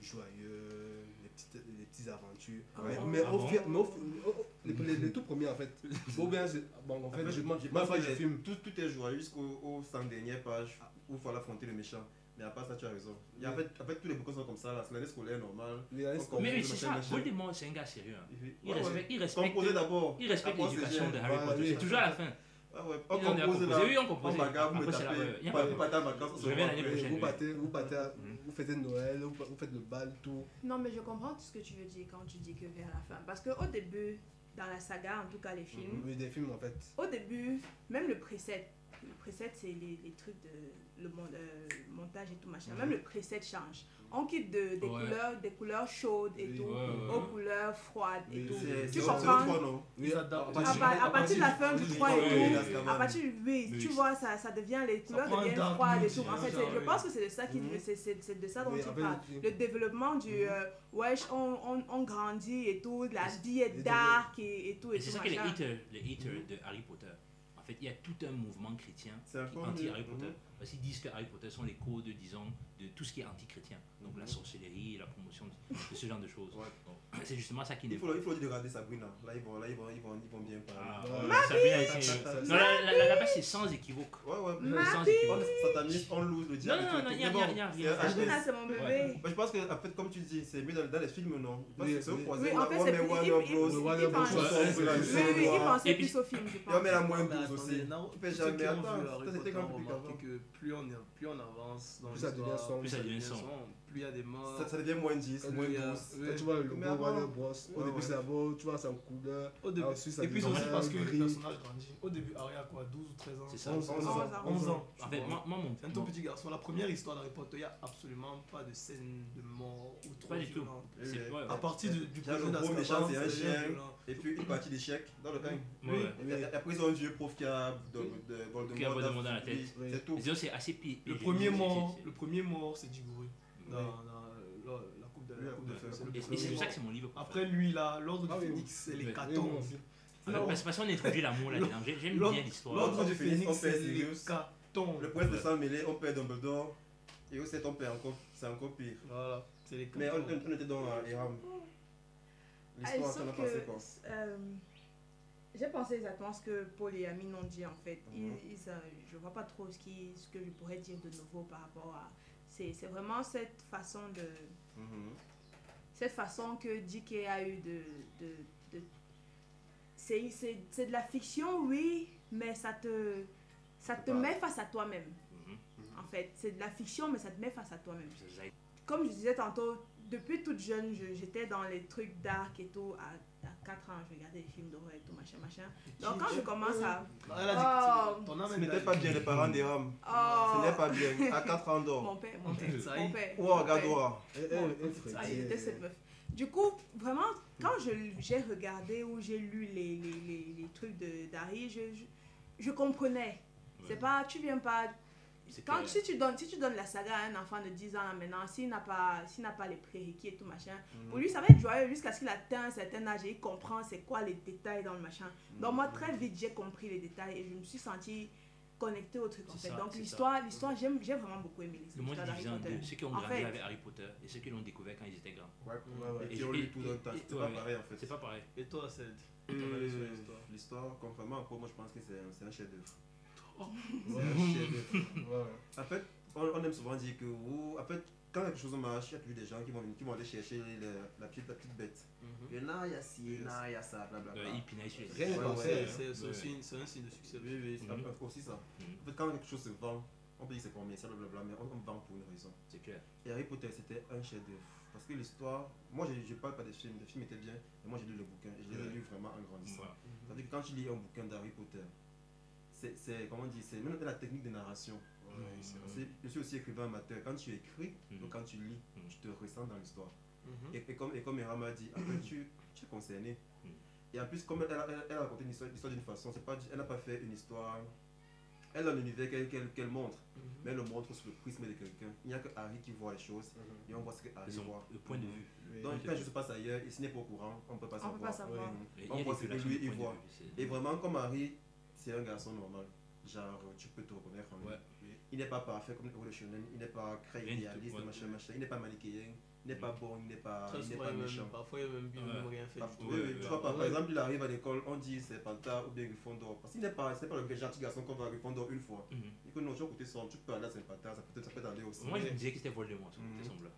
joyeux, les petites, les petites aventures.
Ah
mais,
bon
mais
Ah
au
bon
fur- mais au fur- au- au- les, les- les tout premiers, en fait. Bon, bien, je- bon, en fait,
Après,
je,
je-
moi,
je
moi,
pense
fois,
que
je
les-
filme.
Tout, tout est joyeux jusqu'aux aux cinq dernières pages où il faut affronter le méchant. Mais à part ça, tu as raison. Il y a- en, fait, en fait, tous les bouquins sont comme ça. là. C'est l'année scolaire normale.
Les années
Encore.
scolaires,
Mais oui,
Comme
c'est
le
ça,
machin, machin.
Voldemort, c'est un gars sérieux. hein. Il
Ouais, ouais.
respecte, il respecte,
Composer d'abord.
il respecte
Après, c'est Oh,
l'éducation
gêne.
de Harry
Ouais,
Potter.
oui.
C'est toujours à la fin.
Ouais, ouais. On
Ils ont
compose là.
composé, oui, on
On
composé.
bagarre, vous me
Après, c'est la
tapez.
il y a
Pas-
pas-
Pas de vacances. on se
Je reviens
voit
l'année
après.
vous
prochaine.
partez, vous partez, à-
Mhm.
vous faites Noël, vous, vous faites le bal, tout.
Non, mais je comprends tout ce que tu veux dire quand tu dis que vers la fin. Parce qu'au début, dans la saga, en tout cas les films,
Oui, des films en fait.
au début, même le preset, le preset c'est les, les trucs de le mon- euh, montage et tout machin, même le preset change. On quitte de, des,
Ouais.
couleurs, des couleurs chaudes et
Oui.
tout,
Ouais, ouais,
aux
ouais.
couleurs froides et
Oui,
tout.
C'est- c'est-
Tu comprends
c'est le trois, non
Oui,
Ils adaptent.
à
à,
partir-
par- à partir de la fin
du
du
trois
3
et
et
tout,
tout,
là, ça va.
à partir du oui,
Oui.
tu vois, ça, ça devient, les couleurs
prend un
deviennent
dark
froides et
mood,
tout. En
c'est
fait,
ça,
c'est- je
oui.
pense que c'est de ça qui,
Mhm.
c'est- c'est c'est de ça dont
Oui,
tu
après,
parles.
tu-
Le développement du euh, wesh, on, on, on grandit et tout, la vie est
et de-
dark et, et tout.
Et
Et
c'est
tout
ça que les
machin.
haters, les haters de Harry Potter. En fait, il y a tout un mouvement chrétien
C'est un
qui
peu
anti Harry
mieux.
Potter. Parce qu'ils disent que Harry Potter sont les codes, disons, de tout ce qui est anti-chrétien. Donc la
Mhm.
sorcellerie, la promotion de, de ce genre de choses.
Ouais.
Donc, C'est justement ça qui
Il
n'est
faut, il faut lui regarder Sabrina. Là, ils vont, là, ils vont, ils vont, ils vont bien
Ah,
parler.
Mamie
ouais, Sabrina
Ça,
était-
ça, ça,
Non, là- là- là- là-bas, c'est sans équivoque.
Ouais, ouais.
Sans
Mamie
On
équivoque.
sataniste, on lose le diable.
Non,
et
non,
tout,
non,
tout.
y a
Mais
rien,
bon,
y a
c'est
rien.
un
Sabrina,
Sabrina,
HS.
Ah, c'est mon bébé.
Bah, je pense que, en fait, comme tu dis, c'est mieux dans, dans les films, non Parce
Oui,
que c'est au
oui.
croisé,
Oui,
là,
en fait,
on
c'est
met
plus-
Warner
il- il-
Bros.
il-
Et
il-
Warner Bros,
pense-
on s'en fout, là,
Oui,
le
Oui, oui, il
noir.
pensait
Et puis-
plus au film, je
on met la
pense.
moins
Mais attendez,
12 aussi.
Nao-
Tu fais
tous ceux
jamais
qui ont
attendre,
vu
ça,
Harry
c'était
Potter ont
quand plus
remarqué
avant.
que plus on, est- plus on avance dans
Plus ça
l'histoire,
devient sombre.
Plus ça devient sombre.
Plus il y a des morts.
Ça, ça devient moins 10,
Quand
moins
il y a-
12.
oui.
Quand tu vois le
Mais
logo Warner
avant-
Bros, au
Ouais,
début
ouais.
c'est beau, tu vois, c'est en couleur.
Au début.
Ah, aussi, ça
et puis c'est
devient
aussi parce que
gris.
le personnage grandit. Au début, Harry a quoi 12 ou 13 ans
C'est ça.
11
11
ans.
ans.
11 ans. tu
En fait,
vois.
moi, moi, mon,
C'est un tout
mon-
petit garçon. La première histoire d'Harry Potter, il n'y a absolument pas de scène de mort ou trop
Pas du tout.
violente.
c'est-
Ouais.
ouais, ouais.
À partir du, du
Il y a le
projet
gros
d'Azkaban,
méchant, c'est un
c'est bien
chien.
violent.
Et puis une partie d'échec dans le ring.
Ouais,
Oui.
ouais.
Et Après, ils ont un dieu prof qui a de- de Voldemort
Qui a Voldemort dans la
Oui,
tête.
Oui.
C'est tout.
Mais disons, c'est assez pi-
Le
et-
premier
et-
mort,
et-
le premier mort, c'est Diggory. Dans,
Oui.
dans, euh, la- la coupe de
Oui,
la coupe de
la
feu.
coupe de
c'est
feu.
le
Et, et
premier
c'est pour ça
mort.
que c'est mon livre.
Après lui là, l'ordre du
Ah oui.
Phoenix, c'est
Oui,
l'hécatombe.
oui, oui.
Non.
parce, parce qu'on introduit l'amour là-dedans. J'ai- J'aime
L'autre-
bien l'histoire.
l'autre-
L'ordre du
On fait- on
Phoenix,
fait
c'est
Sirius.
l'hécatombe.
Le prince de sang mêlé, on perd Dumbledore. Et aussi, on perd encore, c'est encore pire.
Voilà, c'est
Mais on,
l'hécatombe.
on- on était dans euh, Hiram.
Ah,
L'histoire, ça
sauf
n'a
que,
passé quoi
euh, J'ai pensé exactement ce que Paul et Amine ont dit en fait. Ils-
Mhm.
ils, euh, je vois pas trop ce, qui, ce que je pourrais dire de nouveau par rapport à. C'est c'est vraiment cette façon de.
Mhm.
Cette façon que J.K. a eu de. de, de c'est c'est- c'est de la fiction, oui, mais ça te, ça te
Ouais.
met face à toi-même.
Mhm.
En fait, c'est de la fiction, mais ça te met face à toi-même
Ça, ça-
comme je disais tantôt, depuis toute jeune, je- j'étais dans les trucs dark et tout. À, 4 ans, je regardais les films d'horreur et tout, machin, machin. Donc quand je commence à...
Elle a dit que c'est- ton âme
Ce
est
n'était
là.
pas bien les parents d'Hiram. Ce n'est
Oh,
pas bien. À 4 ans d'or.
mon père, mon père,
Ça y est.
mon père.
Ou
mon
regarde
père.
Ouah.
Et, et, et Freddy,
Ah, j'étais cette
euh,
meuf. Du coup, vraiment, quand je- j'ai regardé ou j'ai lu les, les, les, les trucs de d'Harry, je, je, je comprenais. C'est
Ouais.
pas, tu viens pas.
C'est
Quand,
clair.
si, tu donnes, si tu donnes la saga à un enfant de 10 ans là, maintenant, s'il n'a pas, s'il n'a pas les prérequis et tout machin, pour lui ça va être joyeux jusqu'à ce qu'il atteigne un certain âge et il comprend c'est quoi les détails dans le machin. Donc moi très vite j'ai compris les détails et je me suis sentie connectée au truc en
C'est
fait.
ça,
Donc
c'est
l'histoire, l'histoire j'aime, j'ai vraiment beaucoup aimé
Le monde
l'histoire
est
d'Harry
divisé en
Potter.
deux. Ceux qui ont
En
grandi
fait-
avec Harry Potter et ceux qui l'ont découvert quand ils étaient grands.
Ouais,
Ouais, ouais.
Et
Et-
puis on lit
et-
tout dans le tas.
et-
C'était pas
ouais.
pareil en fait.
C'est pas pareil.
Et toi, Ced
Euh,
sur l'histoire.
L'histoire, contrairement à Paul, moi je pense que c'est un- c'est un chef-d'œuvre.
Oh.
C'est un chef-d'œuvre.
ouais, ouais.
En fait, on, on aime souvent dire que oh, en fait, quand quelque chose marche, il y a toujours des gens qui vont, venir- qui vont aller chercher le- la, petite, la petite bête.
Mhm.
Il y en a, il y a ci, il y en a, il y a ça, blablabla.
Euh, Ils pinaillent sur les
Rien n'est
Ouais,
parfait.
ouais.
hein.
C'est c'est
Ouais,
aussi une- c'est un signe de
C'est
succès.
oui, oui, c'est
Mhm.
aussi ça.
Mm.
Mhm.
En fait, quand quelque chose se vend, on peut dire que c'est combien, c'est blablabla, mais on, on vend pour une raison.
C'est clair.
Et Harry Potter, c'était un chef-d'œuvre. Parce que l'histoire, moi je, je parle pas des films, les films étaient bien, mais moi j'ai lu le bouquin et je l'ai
Ouais.
lu vraiment en grandissant.
Voilà.
C'est-à-dire que quand tu lis un bouquin d'Harry Potter, c'est, c'est- comment dire, c'est même la technique de narration.
Ouais, c'est vrai.
C'est- je suis aussi écrivain amateur. Quand tu écris,
Mhm.
donc quand tu lis,
Mhm.
tu te ressens dans l'histoire.
Mhm.
Et, et comme, et comme Hiram a dit, après tu, tu es concerné.
Mhm.
Et en plus, comme elle, a- elle a- elle a raconté une histoire, l'histoire d'une façon, c'est pas, du- elle n'a pas fait une histoire. Elle a un univers qu'elle, qu'elle- qu'elle montre,
Mhm.
mais elle le montre sous le prisme de quelqu'un. Il n'y a que Harry qui voit les choses
Mhm.
et on voit ce que Harry
Ils ont
voit.
le point de vue.
Oui.
Donc quand je se passe ailleurs, et s'il n'est pas au courant, on ne peut pas
On
savoir.
peut pas savoir.
Ouais.
Et il y
On
a
voit
des
ce que
relations
lui,
de
il
point de
voit.
vue, c'est-
Et vraiment, comme Harry, c'est un garçon normal. Genre, tu peux te reconnaître en lui.
Ouais.
Il n'est pas parfait comme le Shonen, il n'est pas créé
Rien du tout,
idéaliste,
ouais.
machin, machin. Il n'est pas manichéen, il n'est pas bon, il n'est pas,
Très
il n'est
souvent,
pas
il y a même-
méchant.
Parfois, il y a même il a même
Ouais.
rien fait.
Par-
du tout.
oui, oui,
ouais,
tu vois, par,
ouais.
par exemple, il arrive à l'école, on dit c'est Panta ou bien Gryffondor. Parce qu'il n'est pas, c'est pas le gentil garçon qu'on va Gryffondor une fois.
Mhm.
Il dit que non, tu as coûté son, tu peux aller à Saint-Panta, ça peut, ça peut t'aller aussi.
Moi, je me disais que c'était Voldemort, ça
Mhm.
me semble.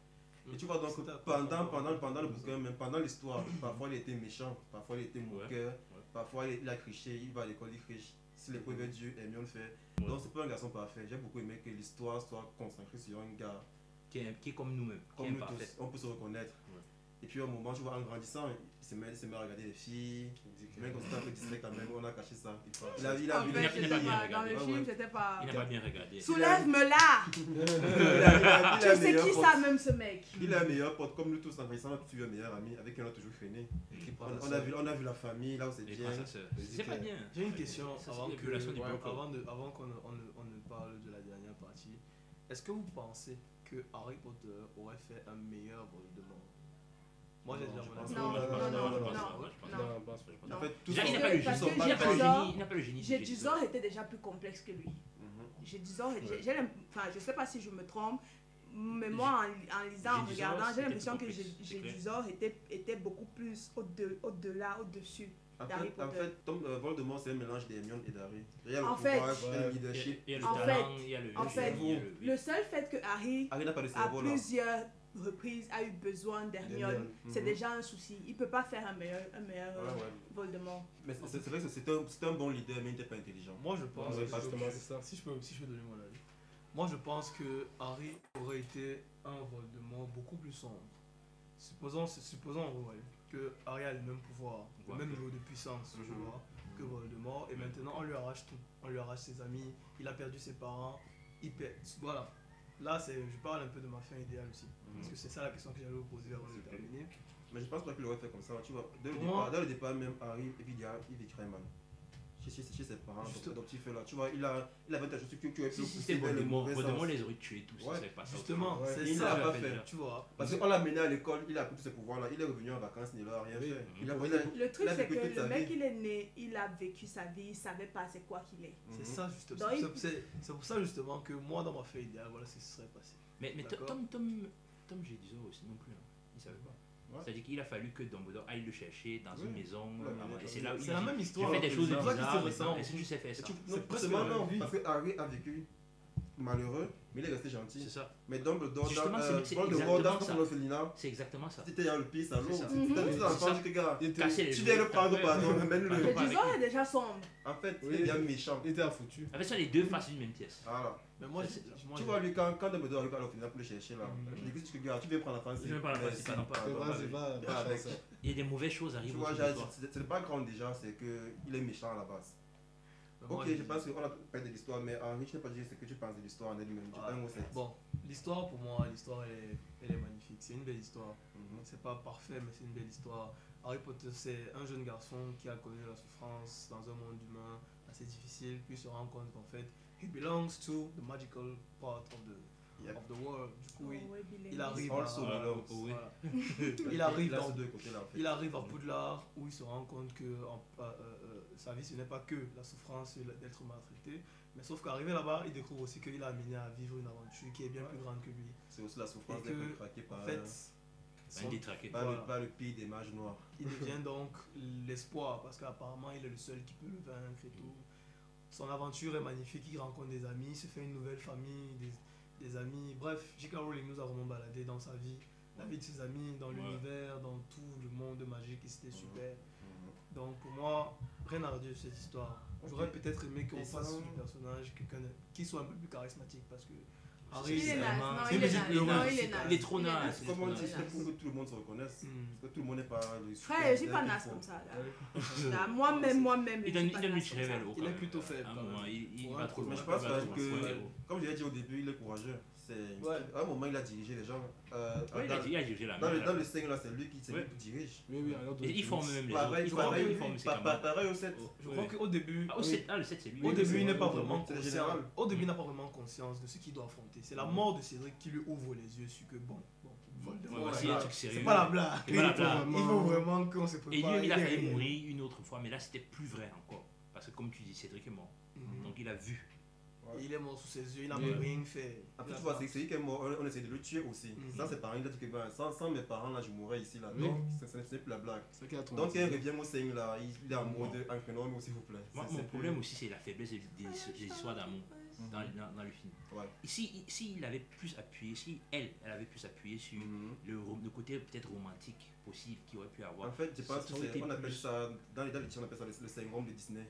Et tu vois, donc,
C'était à quoi,
pendant,
encore
pendant, pendant le bouquin, même pendant l'histoire, parfois il était méchant, parfois il était moqueur, parfois il a triché, il va à l'école, il triche. Si les preuves Dieu, Hermione le fait.
Ouais.
Donc, c'est pas un garçon parfait. J'ai beaucoup aimé que l'histoire soit concentrée sur un gars
Qui est, qui est comme nous-mêmes, qui est
comme nous
imparfait.
tous. On peut se reconnaître.
Ouais.
Et puis, au moment, tu vois, en grandissant, il se met, il se met à regarder les filles.
Il dit que-
Même quand c'était un peu distrait, quand même, on a caché ça. Il part. Il a, il a
En
vu
il
fait,
a- il a
j'étais
pas bien
ben, pas, dans
regardé.
le
Ouais,
film,
ouais.
j'étais pas...
Il n'a pas bien regardé.
Soulève-me là
a- il a
Tu
un
sais
meilleur
qui
pote.
ça même ce mec
Il a un meilleur pote, comme nous tous, en grandissant, tu es un meilleur ami avec qui on a toujours freiné.
Qui
On,
parle à
on
ça.
a vu, on a vu la famille, là où c'est
Et
bien.
quand ça se-
Mais
C'est
dis
pas
que-
bien.
J'ai une question
Ça, c'est
avant,
la
que,
violation du
ouais,
peuple.
avant, de- avant qu'on ne- on ne, on ne parle de la dernière partie. Est-ce que vous pensez que Harry Potter aurait fait un meilleur Voldemort Moi, j'ai
Non,
déjà
je
mon
pense
avis.
Non, non, non, non, non,
Non,
Non.
on pense pas.
En fait, tout
Déjà,
son-
il n'a pas le
Parce
génie.
que
Il n'a pas le
Jésus-
génie- il n'a pas le génie. de
J'ai
Jésus.
10 ans, était déjà plus complexe que lui.
Mhm.
j'ai 10 ans, j'ai-
Ouais.
j'ai l'im- enfin, je sais pas si je me trompe, mais
J'ai-
moi, en, en lisant, en
j'ai 10 ans,
regardant, j'ai
c'était plus
l'impression que
complexe,
j'ai-
c'est
j'ai
clair.
10 ans était, était beaucoup plus au-de- au-delà, au-dessus. Harry
Après, en
Potter.
fait, Tom, euh, Voldemort, c'est un mélange d'Hermione et d'Harry. Il y a le
En
pouvoir,
fait-
il y a le
Ouais.
Il y a-
leadership.
il y a le
En
talent, il y a le
en
le
fait,
cerveau, le-
Le seul fait que Harry,
Ah,
Harry n'a pas de
à
hein.
cerveau, là.
plusieurs reprises, a eu besoin d'Hermione,
Hermione,
c'est
mhm.
déjà un souci. Il peut pas faire un meilleur, un meilleur
Ouais,
euh,
ouais.
Voldemort.
Mais c'est- c'est vrai que c'est un, c'est un bon leader, mais il n'était pas intelligent.
Moi, je pense.
Ouais,
que
pas
je-
justement, c'est ça.
Si je peux, si je peux donner mon avis. Moi, je pense que Harry aurait été un Voldemort beaucoup plus sombre. Supposons, supposons ouais, que Harry a le même pouvoir,
Ouais.
le même niveau de puissance, tu
Mhm.
vois, que Voldemort. Et maintenant, on lui arrache tout. On lui arrache ses amis. Il a perdu ses parents. Il perd. Voilà. Là, c'est, je parle un peu de ma fin idéale aussi. Parce
Mhm.
que c'est ça la question que j'allais vous poser avant de
Ok.
terminer.
Mais je pense pas qu'il aurait fait comme ça, tu vois. Dès le,
Pour
départ,
moi-
dès le départ, même Harry, et puis il y a- il vivrait mal. Chez, chez, chez ses parents,
Juste-
ton petit fait là, tu vois, il a, il avait des choses que tu as
Si si c'était Voldemort, Voldemort les aurait tués tous, ça
Ouais,
serait pas ça.
Justement,
Ouais.
c'est
Il
ça.
l'a pas
la
fait.
fin, Tu vois.
Parce qu'on l'a mené à l'école, il a pris tous ses pouvoirs là, il est revenu en vacances, il n'a rien
Oui.
fait. Il a
Oui.
il a-
Le truc,
Il a
c'est que
vécu toute
le
sa
mec,
vie.
il est né, il a vécu sa vie, il savait pas c'est quoi qu'il est.
C'est
Mhm.
ça justement.
Dans
C'est-
une-
C'est c'est pour ça justement que moi dans ma feuille idéale, voilà ce qui se serait passé.
Mais, mais Tom,
D'accord.
Tom, Tom, Tom, j'ai dit ça aussi non plus. hein. Il savait pas.
Ouais.
C'est-à-dire qu'il a fallu que Dumbledore aille le chercher dans
Ouais.
une maison.
Ouais,
à-
mais
et c'est là où il
C'est la
dit,
même
Ah Tu
histoire.
fais des choses
C'est pour ça qu'ils se
bizarres, mais
ressemblent.
non, est-ce que tu sais faire
Et
ça
tu-
C'est
Non,
presque
forcément
la même
non,
vie.
parce que Harry a vécu malheureux, mais il est resté
C'est
gentil.
ça,
Mais Dumbledore,
Justement,
dans,
c'est-
euh,
c'est
Voldemort, dans
exactement
son orphelinat,
c'est exactement ça.
c'était dans le pire salaud.
Ah, C'est ça.
C'était dans
Mhm.
les enfants, j'étais gars.
Il était,
Casser les
Tu viens le
joues.
prendre,
Ouais.
pardon,
Ouais.
ramène-le.
Le
pas avec
10 ans est déjà sombre.
En fait, il
Oui.
est bien méchant.
il était à foutu.
En fait, ce sont les deux faces d'une même pièce.
Voilà.
Mais moi,
C'est-
je- moi,
Tu
je-
vois, lui, quand, quand Dumbledore arrive à l'orphelinat pour le chercher, là,
Mhm.
je lui dis que gars, tu viens prendre la fancy.
Je viens prendre la fancy,
Merci.
pardon, pardon,
C'est
Pardon,
vrai,
pardon.
c'est pas
Ah,
pas
avec-
ça.
Il y a des mauvaises choses
Tu
arrivent
vois,
autour de
j'ai-
toi.
c'est c'est le background déjà, c'est qu'il est méchant à la base.
mais Ah, moi,
Ok, je pense qu'on a parlé de l'histoire, mais Henri, je n'ai pas dit ce que tu penses de l'histoire en elle-même.
Ah.
Un mot, c'est.
Bon, l'histoire pour moi, l'histoire elle est, elle est magnifique. C'est une belle histoire.
Mhm.
C'est pas parfait, mais c'est une belle histoire. Harry Potter, c'est un jeune garçon qui a connu la souffrance dans un monde humain assez difficile, puis se rend compte qu'en fait, he belongs to the magical part of the,
Il y a-
of the world. Du coup, il,
Oh, ouais, Billy.
il arrive.
also
à-
belongs.
oui.
voilà.
Mhm.
Il arrive
là,
dans-
sur deux côtés là, en fait.
Il arrive à Poudlard où il se rend compte que en- euh, euh, sa vie ce n'est pas que la souffrance et le- d'être maltraité, mais sauf qu'arrivé là-bas, il découvre aussi qu'il a amené à vivre une aventure qui est bien plus grande que lui.
C'est aussi la souffrance
Et
d'être
que,
craqué par, euh,
En fait,
C'est
son-
un détraqué.
par,
voilà.
le, par le pays des mages noirs.
il devient donc l'espoir parce qu'apparemment il est le seul qui peut le vaincre et tout. Son aventure est magnifique, il rencontre des amis, il se fait une nouvelle famille, des, des amis. Bref, J.K. Rowling nous a vraiment baladé dans sa vie, la vie de ses amis, dans
Ouais.
l'univers, dans tout le monde magique et c'était
Mhm.
super.
Mhm.
Donc pour moi, rien à redire sur cette histoire.
Ok.
J'aurais peut-être aimé qu'on
Et ça,
fasse
hein.
du personnage quelqu'un de- qui soit un peu plus charismatique parce que Harry,
Il est
c'est-
naze,
vraiment-
non,
c'est
il
une
est
musique
naze,
de
non,
rock.
il est naze.
Il est trop
Il est
naze.
naze.
C'est
Comme on
vrai.
dit, c'est pour que tout le monde se reconnaisse.
Hmm.
Parce que tout le monde n'est pas le
Frère, je suis
super euh,
pas
qu'il
naze
faut.
comme ça. là.
Ouais.
Là, Moi-même, moi-même. je
Il donne
suis pas
il donne le
naze comme
tirer
ça.
vers le haut.
Il
quand
est
même.
plutôt faible,
À un
quand
moment, Ah, il il
Ouais,
va trop
Mais je
loin,
pense
il va trop
que-
loin, ouais.
Comme je l'ai dit au début, il est courageux. C'est
Ouais.
À un moment, il a dirigé les gens. Euh,
Ouais, il a
dans-
dit- il a dirigé la
Dans le, dans
main.
le singe, là, c'est lui qui c'est lui
Ouais.
qui dirige.
Oui, oui, alors.
Et Ils forment même les autres.
Pareil,
Ils forment-
pareil,
Ils
lui,
forment ses
pa- pa-
camarades.
pareil au 7.
Je
Ouais.
crois qu'au début,
Ah, au sept- ah, le 7, c'est lui.
au
oui,
début,
c'est
il n'est
vrai,
pas
c'est
vraiment
vrai, c'est
conscient.
général.
Au début, il n'a pas vraiment conscience de ce qu'il doit affronter. C'est la
Hmm.
mort de Cédric qui lui ouvre les yeux sur que bon, bon
Ouais,
Voldemort,
voilà.
voici
là,
un truc sérieux.
c'est pas la blague.
C'est pas la blague.
Il faut vraiment qu'on se
Et
prépare.
lui, il a
est
failli
réel.
mourir une autre fois, mais là, c'était plus vrai encore. Parce que, comme tu dis, Cédric est mort.
Mhm.
Donc, il a vu.
Et Il est mort sous ses yeux, il n'a
Ouais.
rien fait.
Après,
Il a
Ah, tu vois,
pas-
c'est c'est lui qui est mort. On, on essaie de le tuer aussi.
Mhm.
Ça, c'est pareil. Il a dit que ben, sans, sans mes parents, là, je mourrais ici. là.
Oui.
Donc, c'est- c'est c'est plus la blague.
C'est ça qui a
Donc, il
traumatisé.
revient au singe, là. Il, il est en mode entraîneur, s'il vous plaît.
Moi,
C'est-
mon
c'est
problème
plus-
aussi, c'est la faiblesse des, des- des histoires d'amour
Mhm.
dans, dans- dans le film.
Ouais.
Et si, si il avait plus appuyé, si elle, elle avait plus appuyé sur
Mhm.
le, rom- le côté peut-être romantique possible qu'il aurait pu avoir.
En fait, je pense
Ça aurait été
qu'on appelle
plus-
ça, dans les dans les- on appelle ça le, le syndrome de Disney.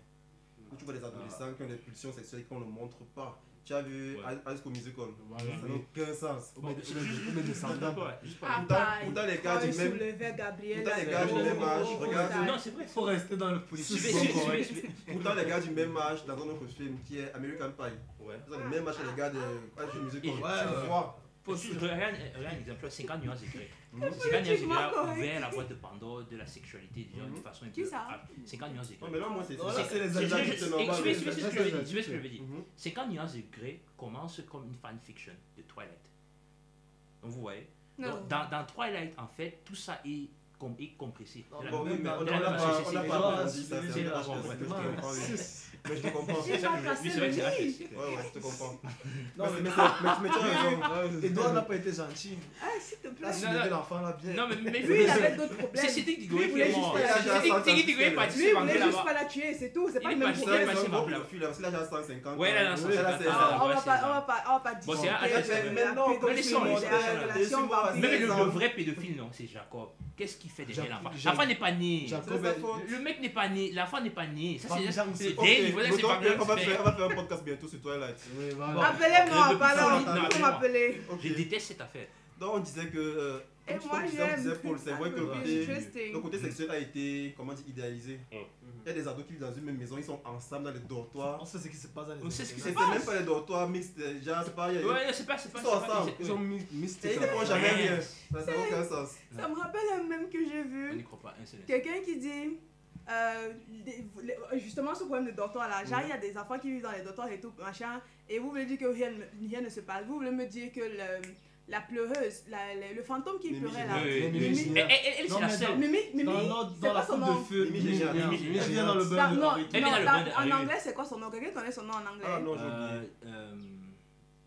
Où tu vois
Ah.
des adolescents qui ont des pulsions sexuelles qu'on ne montre pas. Tu as vu
Ouais. Oh
High High School Musical
Voilà.
Ça n'a aucun sens.
Au mode- au mode descendant.
Ouais, juste pas-
Ah,
Pourtant-
bah,
pourtant, les
il
gars du
se
même-
soulevait, Gabriel,
pourtant,
là,
les
gars du
oh,
même
oh,
âge,
oh,
regarde.
ça.
Non, c'est vrai.
Il faut rester dans le
Suivez,
politique.
suivez, suivez, suivez.
Pourtant, les gars du même âge dans un autre film qui est American Pie.
Ouais.
Ils ont le même âge que les gars de High School Musical.
Et-
Tu
ouais, ouais.
vois.
Juste, regarde, regarde l'exemple 50 nuances de Grey.
Mhm.
50 nuances de Grey
Politiquement
a
correct.
ouvert la boîte de Pandore de la sexualité d'une
Mhm.
façon un
Qui
peu-
ça
ah, 50 nuances de Grey.
Non, mais là, moi, c'est.
Non,
c'est-
là, c'est les
C'est-
adultes.
c'est- c'est-
normal.
suivez, suivez ce que je veux
Ça,
dire,
ça,
suivez ce que je veux dire.
Mhm.
50 nuances de Grey commence comme une fanfiction de Twilight. Donc vous voyez.
Non.
Donc, dans, dans Twilight, en fait, tout ça est com- et compressé.
Non,
La-
Bon, oui, mais on
la-
n'a
la-
pas on
c'est-
n'a
c'est-
pas
c'est-
approfondi ça,
c'est-
c'est
c'est-
un peu
c'est-
HTML,
c'est-
je te comprends, oui. Mais je te comprends.
J'ai pas
Oui,
cassé
c'est vrai que
le
c'est
lit.
HSP.
Ouais, ouais, je te comprends.
Non, mais,
mais, c'est- mais- mais tu as raison.
Edouard n'a pas été gentil.
Ah, s'il te
Là,
plaît.
si
Non, non.
l'enfant là bien.
Non, mais mais
Lui, il
c'est-
avait d'autres problèmes.
c'est Cédric Digoré
Lui,
qui est
il voulait
mort.
pas la-
juste
Cédric Cédric Digoré
Lui,
Lui,
participe
il
en
voulait
anglais
juste
là-bas.
pas la tuer, c'est tout. C'est
Il
pas
est
le même
passé-
Là,
problème.
ils
Ouais,
ont
c'est ma
beaucoup
blague.
de filles, là, hein. parce que là, j'ai 150.
Ouais, là, là,
Ouais,
c'est
là,
ça.
c'est
Ah,
ça.
Ah,
ouais,
on va
c'est
pas-
ça.
on va pas- on va pas dire.
Bon, c'est un-
que
attends,
j'ai
mais
la
maintenant,
pédophilie,
connaissons les
j'ai
personnes,
la
là.
relation
Laissez-moi
barbée.
Même le,
Ils
le
ont-
vrai pédophile, non, c'est Jacob. Qu'est-ce qu'il fait derrière
Jacob-
l'enfant
Jacob-
L'enfant n'est pas né.
Jacob-
C'est sa faute.
Le mec n'est pas né. L'enfant n'est pas né. Ça, c'est
Jean-
c'est
c'est-
Ok,
Dave. Voilà, c'est
mettons
pas
que
bien.
on va
c'est-
faire- on va faire un podcast bientôt sur Twilight.
Oui,
Bon.
voilà.
Appelez-moi,
Le-
pas là,
le-
on-
non,
vous
appelez-moi.
m'appelez.
Ok.
Je déteste cette affaire.
Donc on disait que. euh,
Et
comme-
moi,
comme disait-
j'aime
on disait
le
Paul,
truc
c'est vrai que le
avec
côté,
Interesting.
le côté sexuel a été, comment dire, idéalisé.
Mm.
Il y a des ados qui vivent dans une même maison, ils sont ensemble dans les dortoirs.
On sait ce qui se passe dans les
On sait ce qui
internats.
C'est
se passe.
même pas les dortoirs mixtes, euh, genre, c'est pas. il y a-
Ouais, c'est pas, c'est pas,
Ils
c'est
sont
pas.
ensemble.
c'est-
Ils ont mis- mis ce
Et ils
truc
ne font
en-
jamais
Ouais.
rien. Ça n'a aucun sens.
Ça me rappelle un même que j'ai
On n'y
vu.
croit pas un seul. instant.
Quelqu'un qui dit. euh, les- les- justement, ce problème de dortoir là. Genre, il y a des enfants qui vivent dans les dortoirs et tout, machin. Et vous voulez dire que rien, ne- rien ne se passe. Vous voulez me dire que le- la pleureuse, la- le- le fantôme qui
Mimi
pleurait
Oui,
là.
Génial.
oui,
Mimi
oui.
Génial.
Elle, elle- elle,
Non,
c'est la
mais
seule.
Mimi, Mimi,
Dans, l'ordre-
c'est
dans la
quoi son
coupe de
nom
feu,
Mimi
Mimi
Génial.
Génial.
Mimi
Elle vient
Génial.
dans le
Non,
bain de
non,
Henri.
Elle vient dans
non,
le
dans-
bain
en
d'arriver.
anglais, c'est quoi son nom Quelqu'un connaît son nom en
Ah
anglais
non, j'ai oublié.
Euh, euh,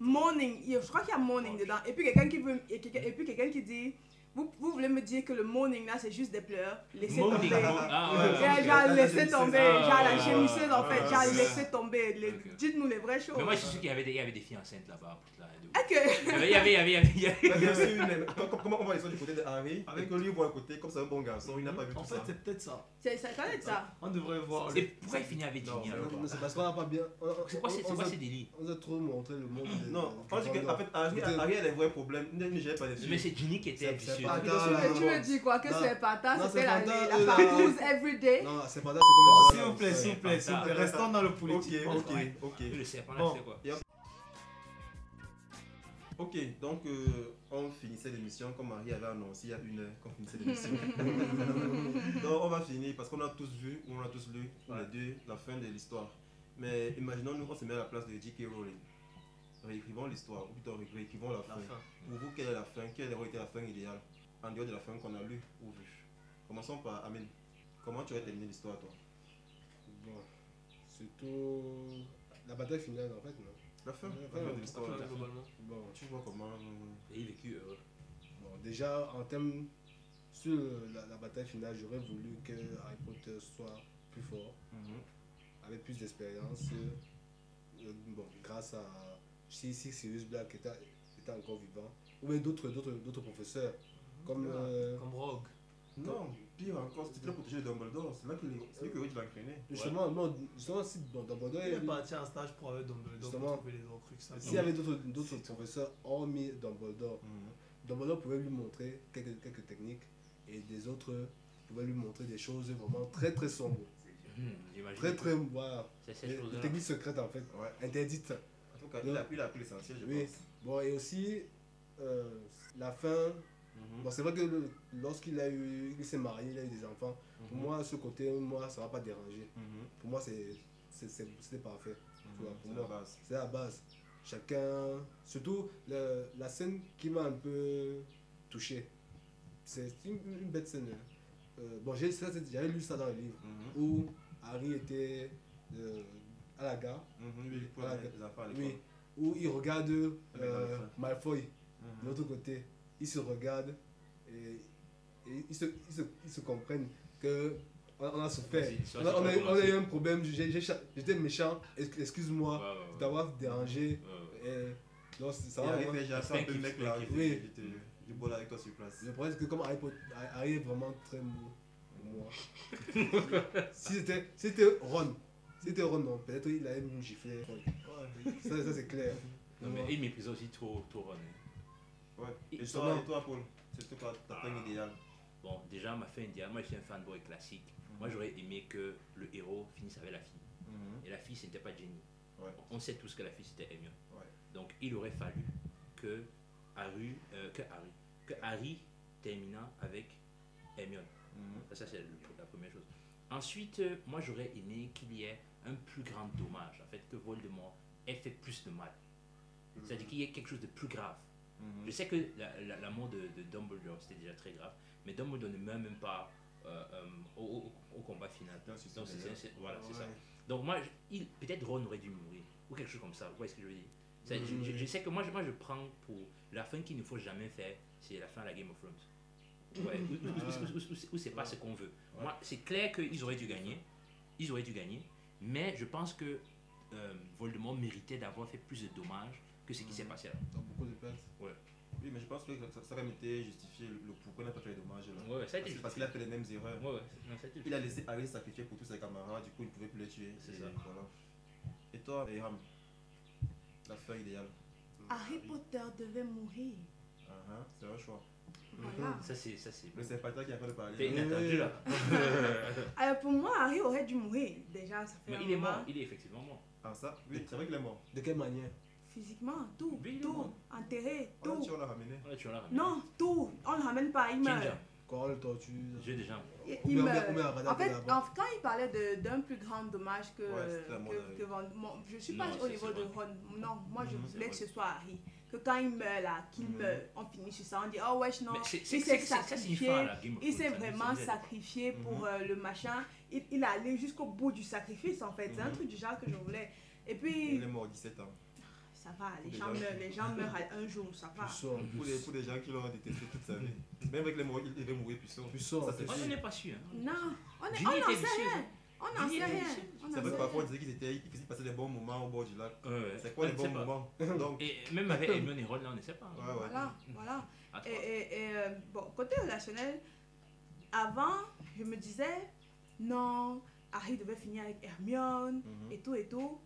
Morning, il- je crois qu'il y a morning dedans. Et puis quelqu'un qui veut, et quelqu'un- et puis quelqu'un qui dit, vous, vous voulez me dire que le morning là c'est juste des pleurs Laissez
Morning.
tomber.
Ah, ouais,
Ouais,
ouais,
ouais,
ouais.
J'ai genre
la
laissez
gémisseuse.
tomber,
Ah,
genre la
ouais,
gémisseuse en
ouais,
fait,
ouais,
genre
ouais.
laissez tomber, les-
Ok.
dites-nous les vraies choses.
Mais moi, je suis sûr qu'il y avait des, il y avait des filles enceintes là-bas. là, de-
Ah, que-
Il y avait, il y avait, il y avait. il y avait-
Bah, Bien sûr, mais com- com- comment on va les sortir du côté de Harry Avec
Avec-
que lui, il voit le côté, comme c'est un bon garçon, il n'a pas vu
En
tout
fait,
ça.
c'est peut-être ça.
C'est ça, ça doit être ça.
On devrait voir.
Et pourquoi il finit avec
Non,
Ginny
mais-
alors
Non, C'est parce qu'on n'a pas bien. on- on-
C'est quoi, c'est
on-
c'est quoi ces délires
On nous a trop montré le monde. des-
Non,
des-
on dit
des-
qu'en fait, Harry,
Écoutez-
Harry a des vrais problèmes, il ne gère pas les
Mais
filles.
c'est Ginny qui était
C'est- c'est
vicieuse.
pas-
Tu
non,
me-
non,
tu
non.
me dis quoi Que
Non.
c'est Pata,
Non,
c'était
c'est
la,
Pata,
la
euh,
partouze everyday.
Non, c'est pas là,
Bon,
c'est
s'il
comme
vous plaît, s'il vous plaît, s'il vous plaît,
Ouais.
restons dans le
Ok,
politique.
ok,
Ouais.
ok.
Le serpent là,
Bon.
c'est quoi
Ok, donc euh, on finissait l'émission comme Marie avait annoncé il y a une heure qu'on finissait l'émission. donc on va finir parce qu'on a tous vu, ou on a tous lu, tous les deux, la fin de l'histoire. Mais imaginons-nous, on se met à la place de J.K. Rowling. Réécrivons l'histoire, ou plutôt ré- réécrivons la
La
fin.
fin.
Pour vous, quelle est la fin Quelle aurait été la fin idéale En dehors de la fin qu'on a lue ou vue. Commençons par Amine. Comment tu aurais terminé l'histoire, toi
Bon, surtout la bataille finale en fait. Non
La fin
Ouais,
La fin de
ouais,
l'histoire.
Ouais, globalement.
bon,
Tu vois comment. euh,
Et il euh, vécut heureux.
bon, déjà en termes sur le- la, la bataille finale, j'aurais voulu que Harry Potter soit plus fort,
Mhm.
avec plus d'expérience. euh, bon, grâce à si, si Sirius Black était, était encore vivant, ou bien d'autres d'autres d'autres professeurs comme
Ouais.
euh,
Comme Rogue.
Non, pire encore, c'était très protégé de Dumbledore. C'est là que les- c'est lui que Ridge l'a entraîné.
justement non justement si bon, Dumbledore
Il est
lui-
parti en stage pour avec Dumbledore
Justement.
pour trouver les Horcruxes. ça.
s'il y avait d'autres d'autres professeurs hormis Dumbledore
Mhm.
Dumbledore pouvait lui montrer quelques, quelques techniques et des autres pouvaient lui montrer des choses vraiment très très sombres.
Hum, J'imagine.
Très très voilà,
C'est cette
des, des
chose-là.
techniques secrètes en fait,
Ouais.
interdites.
En tout cas, il a, il a appris l'essentiel, je
Oui.
pense.
Bon et aussi euh, la fin.
Mhm.
Bon c'est vrai que le- lorsqu'il a eu, il s'est marié, il a eu des enfants. Pour
Mhm.
moi ce côté moi ça va pas déranger.
Mhm.
Pour moi c'est c'est- c'est- c'était parfait.
Mhm.
vois, pour
C'est la
moi.
base.
C'est la base. Chacun, surtout le- la scène qui m'a un peu touché. C'est une, une bête scène. hein. Euh, bon, j'ai- ça, c'est- j'avais lu ça dans le livre
Mhm.
où Harry était euh, à la gare,
Mhm. Oui, il prend
Ah,
les-
ok.
les enfants à l'école.
oui, où il regarde euh,
dans le train.
Malfoy de
Mhm.
l'autre côté. Ils se regardent et, et ils, se, ils se- ils se comprennent que on, on a souffert.
Vas-y, ça,
On
c'est
a, on a eu-
pas
on a eu
commencé.
un problème, j'ai- j'ai cha- j'étais méchant, Ex- excuse-moi
hein. Ouais, ouais, ouais.
d'avoir dérangé.
Ouais, ouais.
Et donc, Eh, ça
Il
va
arrive
vraiment-
déjà, c'est un peu le mec là.
Spanky,
spanky.
il te- il boit avec toi sur place.
Je pense que comme Harry Potter Harry est vraiment très mou. Moi.
hein.
si c'était si c'était Ron, si c'était Ron, non, peut-être il allait me gifler. Ça, ça c'est clair.
Non, mais
Moi.
il méprisait aussi trop, trop Ron, hein.
Ouais. Et
Justement.
toi, et toi, Paul C'est toi ta fin idéale.
Bon, déjà, ma fin idéale, moi je suis un fanboy classique. Ah. Moi j'aurais aimé que le héros finisse avec la fille.
Mhm.
Et la fille, ce n'était pas Jenny.
Ouais.
On sait tous que la fille, c'était Hermione.
Ouais.
Donc, il aurait fallu que Harry, euh, que Harry, que Harry termina avec Hermione.
Mhm.
Ça, c'est le- la première chose. Ensuite, euh, moi, j'aurais aimé qu'il y ait un plus grand
Mm.
dommage. En fait, que Voldemort ait fait plus de mal. C'est-à-dire qu'il y ait quelque chose de plus grave.
Mhm.
Je sais que la- la- la mort de, de Dumbledore, c'était déjà très grave, mais Dumbledore ne meurt même pas euh, euh, au, au- au combat final.
Dans ce
Donc, c'est-
scénario.
c'est- voilà, c'est ça. Donc moi, je- il- peut-être Ron aurait dû mourir, ou quelque chose comme ça, vous voyez ce que je veux dire Ça, je-
Mhm.
je, je sais que moi je, moi, je prends pour la fin qu'il ne faut jamais faire, c'est la fin de la Game of Thrones. Ouais, ou, ou- ou- ou- ou- ou- ou c'est pas ce qu'on veut.
Ouais.
Moi, c'est clair qu'ils auraient dû gagner, ils auraient dû gagner, mais je pense que euh, Voldemort méritait d'avoir fait plus de dommages que ce qui
Mm.
s'est passé là.
Dans beaucoup de pertes.
Oui, mais je pense que ça, ça a même été justifié le, le pourquoi il n'a pas fait les dommages. Là.
Ouais, ouais, ça a été
Parce, parce
justifié.
qu'il a fait les mêmes erreurs.
Ouais, ouais, non, ça a été
Il a laissé Harry se sacrifier pour tous ses camarades, du coup il ne pouvait plus les tuer.
C'est
et
ça.
voilà. Et toi, Ram La fin idéale.
Harry Potter devait mourir.
Ah, hein, c'est un choix.
Voilà.
Ça c'est... ça, c'est-
Mais c'est pas toi qui as fait le
T'es
parler. hein.
inattendu là.
Alors pour moi, Harry aurait dû mourir. Déjà, ça fait
Mais
un
il est
moment.
mort, il est effectivement mort.
Ah, ça Oui, c'est vrai qu'il est mort.
De quelle manière
Physiquement, tout,
Oui, il est
tout,
mort.
enterré,
Oh,
tout.
tu l'as ramené.
On l'a tué, on l'a ramené.
Non, tout. On ne le ramène pas, il meurt.
Ginger,
Quand on le torture.
j'ai déjà.
Il-
Ou
il
bien- ou
meurt.
bien un radar
En fait,
de la banque.
en- quand il parlait de- d'un plus grand dommage que,
Ouais, c'était la mort
que-
d'Harry.
que Van- mon- je suis pas
Non,
au
c'est-
niveau
c'est
de
vrai.
Ron. Non, moi je
Mhm.
voulais que
C'est
ce soit Harry. Que quand il meurt là, qu'il
Mhm.
meurt, on finit sur ça. On dit, oh wesh, non,
Mais c'est-
il
c'est-
s'est
c'est- c'est- ça, c'est une
sacrifié.
fin à la Game of
Il
Thrones,
s'est
ça,
vraiment
c'est- Mhm.
sacrifié pour euh, le machin. Il, il est allé jusqu'au bout du sacrifice en fait. C'est un
Mhm.
truc du genre que je voulais. Et puis,
Il est mort à 17 ans.
ça va, les
Déjà.
gens meurent, les gens meurent à- un jour, ça va.
Tu sors en
Pour les, pour
plus.
les gens qui l'ont détesté toute sa vie. Même avec les morts, il devait mourir puissant.
Tu sors en
Ça, c'est
plus.
Moi, je n'ai pas su. Hein.
Non, on est-
Ginny
on
était
n'en sait
vicieuse,
rien.
hein.
On n'en
Ginny était
sait rien.
vicieuse.
On
C'est
n'en
vrai que
sait
parfois on
rien.
disait qu'ils étaient, ils faisaient passer des bons moments au bord du lac.
Ouais, ouais.
C'est quoi
On
les
ne sait
bons
pas.
moments Donc,
Et même avec Hermione et Ron, là, on ne sait pas. hein.
ouais, ouais.
Voilà, voilà.
À
Et,
trois.
et- et, euh, bon, côté relationnel, avant, je me disais, non, Harry devait finir avec Hermione
Mhm.
et tout et tout.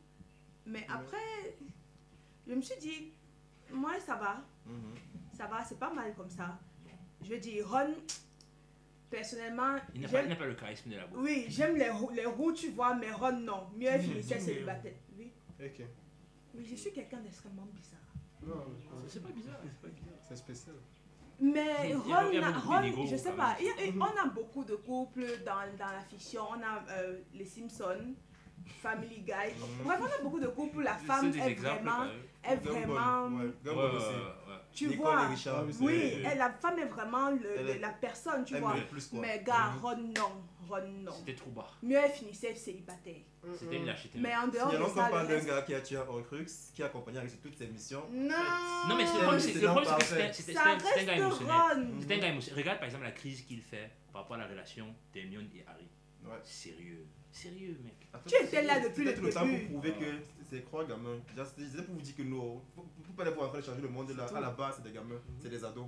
Mais après, je me suis dit, moi, ça va,
Mhm.
ça va, c'est pas mal comme ça. Je veux dire, Ron, personnellement,
Il n'a pas, il
j'aime-
n'a pas le charisme de la boue.
oui, j'aime les, roues- les roues, tu vois, mais Ron, non. Mieux
Tu
finissait
dis,
célibataire. Oui,
Ok.
oui, je suis quelqu'un d'extrêmement bizarre.
Non,
C'est-
mais-
C'est pas bizarre. c'est pas bizarre.
c'est spécial.
Il y
Mais
a-
Ron,
il y a
a-
beaucoup
Ron,
d'inégaux,
je sais
quand
pas,
même.
il y a- il- on a beaucoup de couples dans, dans la fiction. On a euh, les Simpsons, Family Guy.
Mhm.
Bref, on a beaucoup de couples. La
C'est
femme
des
est
exemples,
vraiment.
quand même.
Est
Gumball,
vraiment
ouais,
Ouais,
Gumball
ouais,
aussi.
ouais, ouais.
tu
Nicole et
vois.
Richard.
Ah oui, c'est-
Oui,
euh,
elle- la femme est vraiment le-
elle
le-
est-
la personne, tu
Elle
vois.
mérite Eh, plus quoi.
Mais gars,
Mhm.
Ron, non. Ron, non.
C'était trop bas.
Mieux, elle finissait célibataire.
C'était une lâcheté.
Mais en dehors
Signalons
de
qu'on
ça, le
parle d'un
reste-
gars hein, qui a tué un Horcrux, qui a accompagné avec toutes ses missions.
Non
Non, mais c'est- le problème, c'est le
C'est
problème, c'est que
parfait.
c'était- c'était
Ça
c'était- c'était un
reste
gars émotionnel.
Mhm.
Ron.
C'était un gars émotionnel. Regarde par exemple la crise qu'il fait par rapport à la relation d'Hermione et Harry.
Ouais.
Sérieux. Sérieux, mec.
Après,
Tu étais là depuis
c'était
le
tout le temps
début.
pour prouver que
Ah.
c'est croix gamins. Déjà, c'était- C'était pour vous dire que nous, pour pour pas les voir en train de changer le monde là.
C'est tout.
À la base, c'est des gamins,
Mhm.
c'est des ados.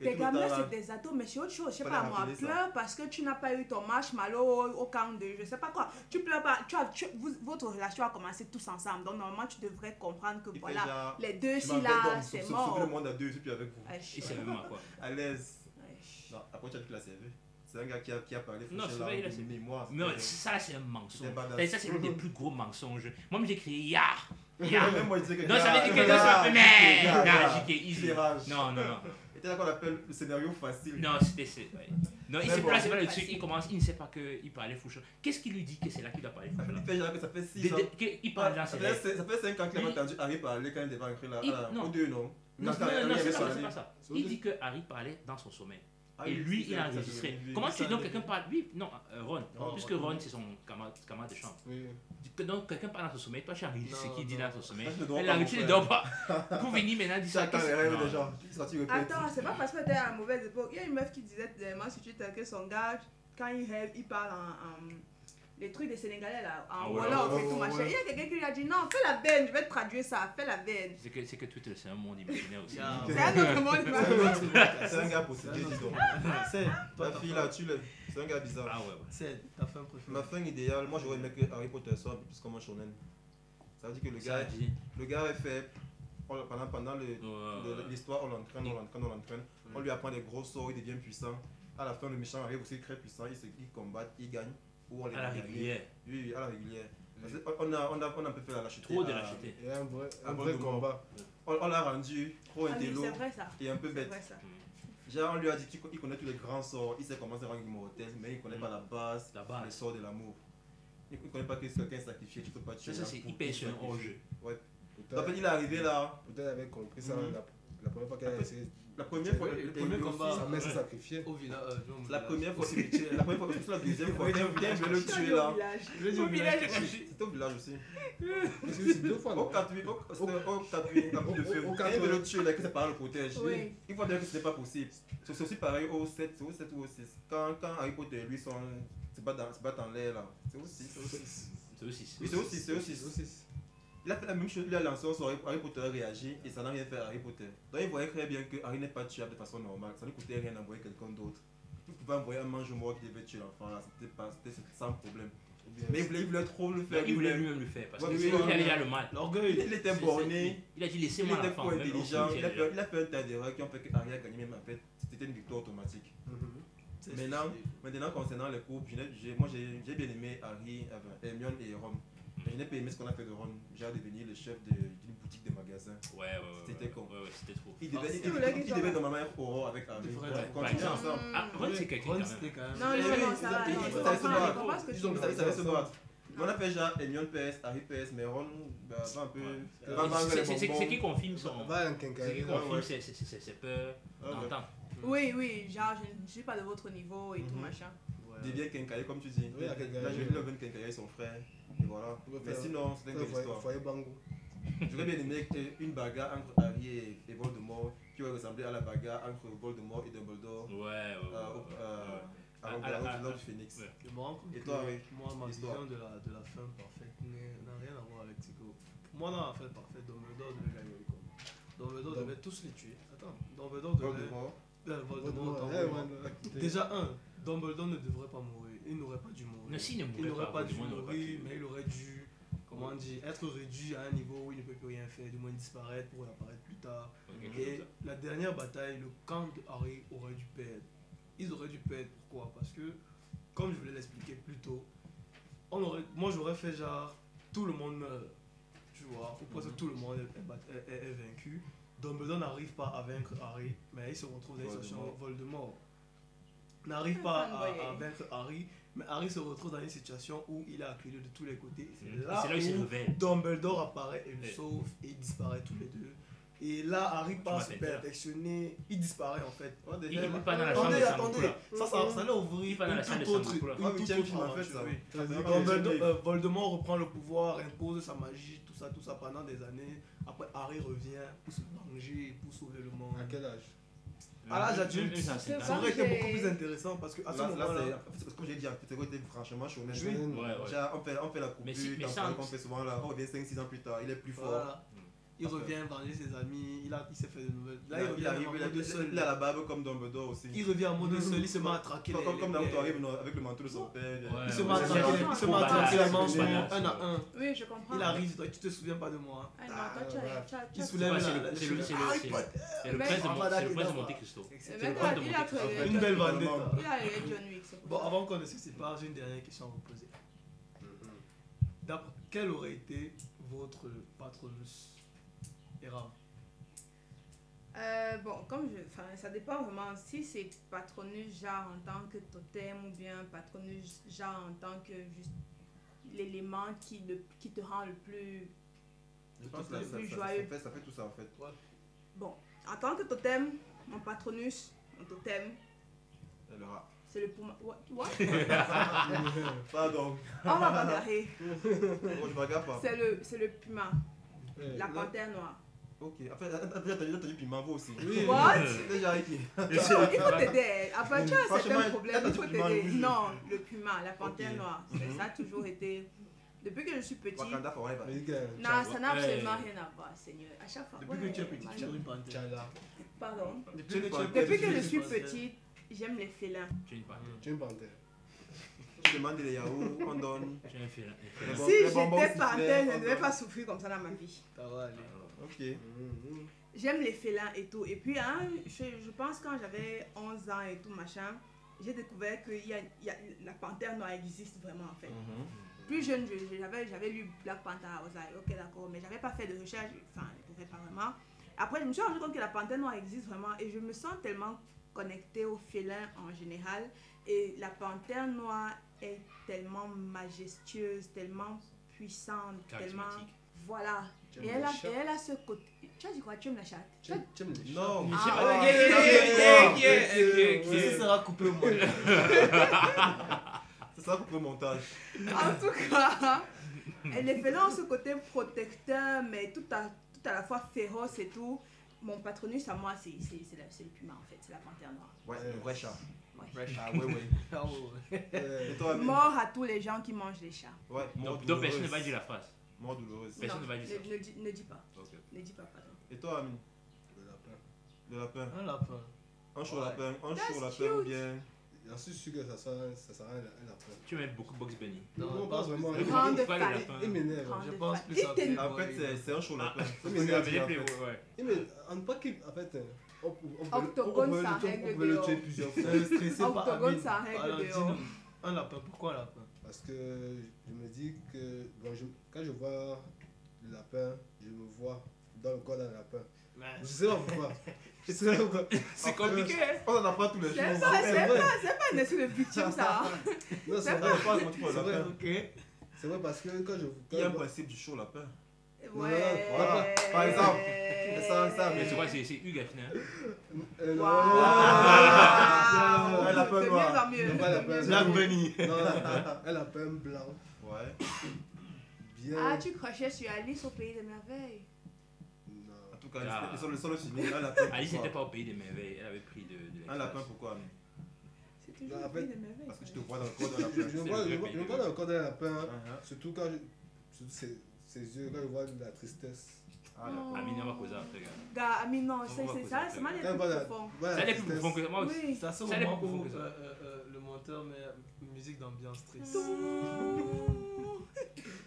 Et
Tes
tout le temps,
gamins,
là,
c'est des ados, mais c'est autre chose. Je sais
Fallait
pas, moi,
rappeler ça.
pleure parce que tu n'as pas eu ton marshmallow au, au camp de je sais pas quoi. Tu pleures pas. Tu as, tu- vous- votre relation a commencé tous ensemble. Donc, normalement, tu devrais comprendre que
il fait
voilà,
genre,
les deux,
tu
si
m'avais
là,
donc
c'est
sauvé-
mort.
sauvé le monde à deux, je suis plus avec vous.
Ouais,
Il
chut,
savait même à quoi.
À l'aise.
ouais, chut.
Non, après, tu as dit que la servi. C'est un gars qui a, qui a parlé
Non,
fauché
c'est
là,
vrai, il a
de
servi.
mémoire.
Mais
c'est-
ça, là, c'est un mensonge. Ben,
C'était badass.
Ça, c'est l'un des plus gros mensonges. Moi, j'ai crié Ya Ya
Même moi, je disais que.
Non, ça veut dire que quelqu'un
gars,
se mais
gars, gars,
Non, JK, easy.
Tirage.
Non, non, non.
Et t'es là qu'on appelle le scénario facile.
Non, c'était. c'est- ouais. Non, il
Mais
se
bon.
place, c'est pas le truc, il commence, il ne sait pas qu'il parlait Fouchon. Qu'est-ce qu'il lui dit que c'est là qu'il doit parler
Ça fait-
Fouchon
il fait genre que ça fait
De-
6 ans. Ah,
de- que- Il parle Ah, là,
ça,
c'est
fait,
là.
ça fait 5 ans qu'il avait
Il-
entendu Harry parler quand il devait écrire là.
Il-
là,
non.
Ou deux, non
Non,
Quand
non,
Harry
non,
avait
c'est pas ça,
parlé.
c'est pas ça.
C'est
Il
autre-
dit que Harry parlait dans son sommeil.
Ah,
Et
il-
lui, il a
ça, c'est
enregistré.
lui,
Comment
ça, Oh,
tu dis donc
lui.
quelqu'un parle Lui, non, euh, Ron.
Ron,
Puisque
Ron.
Ron, c'est son camarade camarade de chambre.
Oui.
Tu- que- Donc, quelqu'un parle dans son sommeil, toi, tu as enregistré
Non,
ce qu'il dit
non.
dans son sommeil.
Ça, je ne dors
Elle
pas,
a
mon
enregistré, ne
frère.
dors pas. Pour venir maintenant dire
Ça
ça.
attend les
qu'est-ce-
rêves
Non.
des gens. Ça, tu répètes.
Attends, c'est pas parce que t'es à la mauvaise époque. Il y a une meuf qui disait tellement sur Twitter que son gars, quand il rêve, il parle en. en- les trucs des Sénégalais là, en
Ah ouais,
Wolof
ouais,
et tout
ouais,
machin.
ouais.
Il y a quelqu'un qui lui a dit non, fais la veine, je vais te traduire ça, fais la veine.
C'est que, c'est que Twitter, c'est un monde imaginaire aussi.
Yeah.
C'est un autre monde. Ah
C'est un autre podcast. C'est un gars
C'est
possédé,
un autre-
dis donc.
C'est
Ta
toi, ta
fille
femme.
là, tu l'es. C'est un gars bizarre.
Ah ouais, ouais.
C'est ta femme
Ma
préférée.
fin idéale, moi j'aurais aimé que Harry Potter soit un peu plus comme un shonen. Ça veut dire que le
Ça
gars,
dit.
le gars est fait on le- pendant, pendant le-
Ouais, ouais,
le-
ouais.
l'histoire, on l'entraîne, on l'entraîne, on l'entraîne. On lui apprend des gros sorts, il devient puissant. À la fin, le méchant arrive aussi très puissant, il se il combat, il gagne. Ou on les
À la
gagne.
régulière. Mm.
Oui, oui, à la régulière. Parce que on, a, on, a, on a un peu fait la lâcheté.
Trop de
à-
lâcheté.
Il y a un vrai,
Un
un vrai
bon
combat.
On, on l'a rendu trop
Ah oui,
intello
c'est vrai ça.
et un peu
C'est
bête.
vrai ça.
Genre, on lui a dit qu'il co- il connaît tous les grands sorts, il sait comment se rendre immortel, mais il connaît
Mm.
pas la base,
La
le
base.
sort de l'amour. Il il connaît pas que si quelqu'un est sacrifié, tu peux pas tuer.
Ça, ça
hein,
c'est
pour-
hyper
pour
sur un
sacrifier.
hors-jeu.
Donc,
Peut-être
il est arrivé là,
peut-être avait compris ça.
Mhm.
la- La première fois qu'elle a
Après-
essayé,
La première fois,
Le
elle était
premier
une
combat.
sa
grosse-
mère s'est sacrifiée.
Au village.
Ah,
La première fois, la première fois, c'est la deuxième fois.
Oui,
Viens,
au
viens,
village.
je vais le tuer là.
Je vais dire au village. tout de suite.
C'était au village aussi.
Mais c'est c'est deux fois,
Au
non
4 au 4 tapis de feu.
Au- au- au
Viens, je vais le
quatre-huit.
tuer là, que ça parle le protège.
Oui.
Il faut dire que c'était pas possible. C'est c'est aussi pareil au 7, c'est au 7 ou au 6. Quand, quand Harry Potter, lui, son, se bat dans, se bat dans l'air là. C'est au 6, c'est au 6.
C'est aussi.
Oui, c'est au 6, c'est au 6.
Au six.
Il a fait la même chose, il a lancé un sort, Harry Potter a réagi et ça n'a rien fait à Harry Potter. Donc il voyait très bien que Harry n'est pas tuable de façon normale, ça ne coûtait rien d'envoyer quelqu'un d'autre. Il pouvait envoyer un mange mort qui devait tuer l'enfant là, c'était pas- c'était sans problème.
Ou bien-
Mais il voulait, il voulait trop le faire.
Il voulait lui-même le faire parce
Ouais,
que
oui,
c'est lui
oui,
qui a
oui.
déjà le mal.
L'orgueil.
Il était
C'est-
borné,
c'est- Il a dit
il
laissez-moi
était
l'enfant.
trop
même l'enfant,
intelligent,
il
il a
est
fait,
déjà.
il a fait un tas d'erreurs qui ont fait que Harry a gagné, mais en fait c'était une victoire automatique.
Mhm.
Mm-hmm. Maintenant, maintenant concernant les couples, je n'ai- j'ai- moi j'ai j'ai bien aimé Harry, enfin, Hermione et Ron. Mais je n'ai pas aimé ce qu'on a fait de Ron, j'ai hâte de devenir le chef de- d'une boutique de magasin.
Ouais, ouais, ouais.
C'était
ouais,
con.
Ouais, ouais, c'était trop.
Il devait,
Ah,
il,
c'est
il-
vrai que
il
ça
devait
va.
normalement être au avec Harry.
Il faudrait
Ouais,
être
continuer
content.
ensemble.
Ah, Ron, c'est quelqu'un
Ron,
quand même.
c'était quand même.
Non, lui,
Eh oui,
non, ça va.
ils
non,
ont- ils
je
ont-
comprends,
ils ont-
je comprends ce que
ils
tu
ont-
Il
dis.
savait- il savait se battre.
Non.
On a fait genre Hermione PS, Harry PS, mais Ron bah, va un peu.
Ouais.
va- va
C'est-
enlever
c'est-
les
C'est c'est qui
bonbons.
confirme son.
Va à un
C'est qui
quincaillerie.
Ouais,
confirme
ouais.
ses- ses- ses ses- ses peurs
Ah, ouais.
d'antan.
Oui, oui, genre, je ne suis pas de votre niveau et tout
Mhm.
machin.
Ouais.
Devient quincailler comme tu dis.
Oui, la quincaillerie.
Là, j'ai vu le même quincailler son frère. Et voilà.
On va
Mais
faire-
sinon, c'était une
Après,
belle
foyer-
histoire.
Foyer Bango.
J'aurais bien aimé que- une bagarre entre Harry et- et Voldemort qui aurait ressemblé à la bagarre entre Voldemort et Dumbledore
Ouais, ouais, ouais,
euh,
ouais,
au-
ouais,
euh,
ouais.
à
À- à
l'endroit
la-
du
à-
Lord du Phoenix.
ouais.
Je me rends compte
Et toi,
que
oui.
moi, ma
Et toi.
vision de la, de la fin parfaite n'est- n'a rien à voir avec ce que... Pour moi, dans la fin parfaite, Dumbledore devait gagner le combat. Dumbledore
Dum-
devait tous les tuer. Attends, Dumbledore devait...
Voldemort.
Euh, Voldemort,
Voldemort,
Dumbledore.
eh, ouais, ouais.
Déjà, un, Dumbledore ne devrait pas mourir. Il n'aurait pas dû mourir.
Non, s'il ne
il
mourait
n'aurait pas dû
Voldemort n'aurait
mourir,
pu-
mais il aurait dû, comment dire, être réduit à un niveau où il ne peut plus rien faire, du moins disparaître pour apparaître plus tard.
Ouais, quelque chose hein.
Et
comme
la dernière bataille, le camp de Harry aurait dû perdre. Ils auraient dû perdre. Pourquoi Parce que, comme je vous l'ai expliqué plus tôt, on aurait, moi j'aurais fait genre tout le monde meurt. Tu vois, ou presque
Mhm.
tout le monde est, est bat- est- est- est vaincu. Dumbledore n'arrive pas à vaincre Harry, mais il se retrouve dans une situation Voldemort. N'arrive
Ah,
pas
fan
à,
boy.
à vaincre Harry, mais Harry se retrouve dans une situation où il est acculé de tous les côtés.
ça.
C'est
Et
là,
C'est là où il se
où
révèle.
Dumbledore apparaît et le
Eh.
sauve et ils disparaissent tous les deux. Et là, Harry
Tu
part se
m'appelles Pierre.
perfectionner, il disparaît en fait.
Ouais,
Il
déjà,
n'est pas dans la chambre
Attendez,
de Sam
attendez,
Dracula.
ça, ça, ça allait ouvrir
Il va dans la
une
salle de
toute autre,
Sam Dracula.
une
Ah,
toute
huitième
autre
film, en fait,
aventure,
ça.
oui.
Ça veut dire que les gens
Dumbledore,
vivent.
euh, Voldemort reprend le pouvoir, impose sa magie, tout ça, tout ça pendant des années. Après, Harry revient pour se venger, pour sauver le monde.
À quel âge
À l'âge
Euh,
adulte,
euh, c'est
c'est
un-
Ça aurait été
Venger.
beaucoup plus intéressant parce que à
Là,
ce
là,
moment-là,
c'est c'est ce que j'ai dit, c'est que t'es franchement chômage.
Je vais-
Ouais, ouais.
Genre, on, fait, on fait la coupure,
Mais si- mais
t'en
ça,
parles
on-
qu'on fait souvent là, on revient 5-6 ans plus tard, il est plus fort.
voilà,
Mm.
il
Parfait.
revient venger ses amis, il, a, il s'est fait de nouvelles.
Là, il,
revient
arrive,
en
il a,
mode seul.
il a la barbe comme Dumbledore aussi.
Il revient en mode
Mhm.
seul, il se met à traquer.
Comme-
les-
comme,
les
comme Naruto
pierres.
arrive dans- avec le manteau de son père.
Ouais,
Il se met
ouais,
à
c'est
traquer,
ça.
il se met
Trop
à
badass,
traquer les
trop
manches,
badass,
un à
ouais.
un.
Oui, je comprends.
Il arrive, toi, tu te souviens pas de moi. hein.
Ah non, toi, tu
Ah,
as-
ouais.
tu as- tu
Il
as-
soulève
Ouais, c'est
la-
le-
la-
c'est le- c'est le-
Harry
c'est le-
Potter.
C'est le
Mais-
prince de Mon- c'est le prince
Voilà.
de Monte Cristo.
Le
etc.
mec,
pas de
Euh, il
monter
a
sur
crevé.
un
Une belle vendetta.
Totalement.
Il a eu John Wick, c'est pour
Bon,
ça.
avant qu'on ne se sépare, j'ai une dernière question à vous poser. D'après, quel aurait été votre patronus Eram
Euh, bon, comme je. Enfin, ça dépend vraiment si c'est patronus genre en tant que totem ou bien patronus genre en tant que juste l'élément qui, le- qui te rend le plus.
Je pense que là, ça,
Le plus
ça- ça
joyeux.
fait, ça fait tout ça en fait.
Bon, en tant que totem, mon patronus, mon totem,
Le rat.
c'est le Puma. What? what?
Pardon,
Oh, on va bagarrer.
moi je me regarde pas.
C'est le, c'est le puma,
Eh,
la panthère noire.
Ok, après, après t'as dit- t'as dit piment vous aussi.
Oui.
What?
Euh,
C'est déjà Ricky.
Il faut il faut t'aider. Après, tu as un
Franchement,
certain
là,
problème. Il faut
tu demandes,
t'aider.
oui.
Non, le puma, la panthère
Ok.
noire. c'est-
Mhm.
Ça a toujours été. Depuis que je suis petite.
Wakanda forever.
Mais dis que, euh,
Non, ça n'a
Ouais.
absolument rien à voir, Seigneur. À chaque fois.
Depuis que
Ouais,
tu es petit, tu es
ouais.
une
T'as-
panthère.
t'as la-
Pardon.
Depuis que tu es
Depuis
petit,
que je
tu
suis
es une panthère.
petite, j'aime les félins.
J'ai une panthère.
Tu es une panthère.
Tu demandes les yaourts, on donne.
J'ai un félin.
Les
Si
bon- les bonbons
j'étais
soufflés,
panthère, je
on
ne devais
donne.
pas souffrir comme ça dans ma vie.
Ça va
euh,
aller.
Ok.
Mhm.
J'aime les félins et tout. Et puis, hein, je, je pense quand j'avais 11 ans et tout, machin, j'ai découvert que il y a, il y a- la panthère noire existe vraiment en fait.
Mhm.
Plus jeune, je- je- j'avais j'avais lu Black Panther, I was like, ok d'accord, mais j'avais pas fait de recherche, enfin, je pouvais pas vraiment. Après, je me suis rendu compte que la panthère noire existe vraiment et je me sens tellement connectée aux félins en général. Et la panthère noire est tellement majestueuse, tellement puissante, tellement.
Charismatique.
Voilà,
Tu aimes
Et elle,
les
a,
chats
et elle a ce côté. Tu as dit quoi Tu aimes la chatte
Tu aimes- tu aimes les chats
Non,
Ah,
Ah,
ok,
ouais,
ok,
ouais,
ok, ok,
ouais,
ok,
ouais,
ok.
Ça sera coupé au moins.
c'est ça pour le montage.
En tout cas, elle est venant ce côté protecteur, mais tout à, tout à la fois féroce et tout. Mon patronus à moi, c'est c'est- c'est la- c'est le puma en fait, c'est la panthère noire.
Ouais, le vrai chat.
Ouais.
Fresh.
Ah ouais, ouais.
Ah, ouais.
Ouais.
Et toi, Amine
Mort à tous les gens qui mangent les chats.
Ouais, mort
Donc, donc personne ne va
douloureuse.
dire la phrase.
Mort douloureuse.
Personne
Non,
ne va dire
ne, ne dis, ne dis pas,
Ok.
ne dis pas, pardon.
Et toi, Amine
Le lapin.
Le lapin.
Un lapin.
Un chaud
Ouais.
lapin, un chaud
That's
lapin ou
cute.
bien.
J'en suis sûr que ça sera, ça sera un, un lapin.
Tu m'aimes beaucoup Box Bunny.
Non,
Non,
pas
pas vraiment.
spécial.
Il-
Grande
il-
Pas le
fan.
lapin.
Il m'énerve.
Grande
Je pense
fan.
plus à
Il t'énerve.
En fait, c'est- c'est un chaud lapin.
Il
Vous
m'énerve.
avez
il
appelé,
m'énerve.
ouais, ouais.
Il m'énerve. On ne peut pas qu'il. En fait, on, on, on, peut- on,
Octogone
peut
sans
le tuer-
règle
on peut le
dehors.
tuer plusieurs fois.
Ne stressez pas.
Octogone,
Amine.
ça règle
Alors,
dehors.
dis-nous, Un lapin, pourquoi un lapin
Parce que je me dis que bon, je- quand je vois le lapin, je me vois dans le corps d'un lapin. Je sais pas pourquoi. Je sais pas pourquoi.
C'est
Après,
compliqué. hein.
On en a pas tous les jours.
C'est
on
ça,
C'est
c'est
vrai.
pas, c'est pas une excuse de victime ça. hein.
Non, c'est
C'est
vrai.
en a pas quand tu vois
C'est
le
vrai.
lapin.
Ok.
C'est vrai parce que quand je quand
Il y a
je
Euh,
un
vois-
principe du chaud lapin.
Ouais.
voilà. Par exemple. Ça,
Ah,
ça,
Mais c'est quoi, c'est c'est Hugues hein. Affiner.
Euh, non,
Waouh.
non, non,
Ah,
De
un lapin
mieux
noir.
en mieux,
Non, pas
de mieux
la
en
peine.
mieux.
Black Bunny.
non, non, non, un lapin blanc,
Ouais.
bien.
Ah, tu crochais sur Alice au pays des merveilles.
Non.
En tout cas,
Ah.
le seul- le seul film, un lapin.
Ah,
Alice
pourquoi
n'était pas au pays des merveilles, elle avait pris de, de
Un lapin,
l'extase.
pourquoi Amine
C'est toujours
Non, en
au pays des merveilles.
Parce que je
ça.
te vois dans le corps
Je,
d'un
je, je
lapin.
me vois, je, me vois- je me vois dans le corps d'un
Ah,
lapin,
ah.
hein. surtout quand je, surtout ses, ses yeux, quand je vois de la tristesse.
Ah, d'accord.
Ah, mais non, on va causer après, gars.
Gars, ah, mais non,
On
c'est
va
c'est
causer
ça,
après.
ça m'a
Quand je vois la,
l'air profond.
voilà,
Ça
la
allait plus
tristesse.
profond que moi aussi.
Oui.
C'est à ce
Oh, Ça allait
moment
plus profond
où
que ça.
euh, euh, euh, le monteur met musique d'ambiance triste.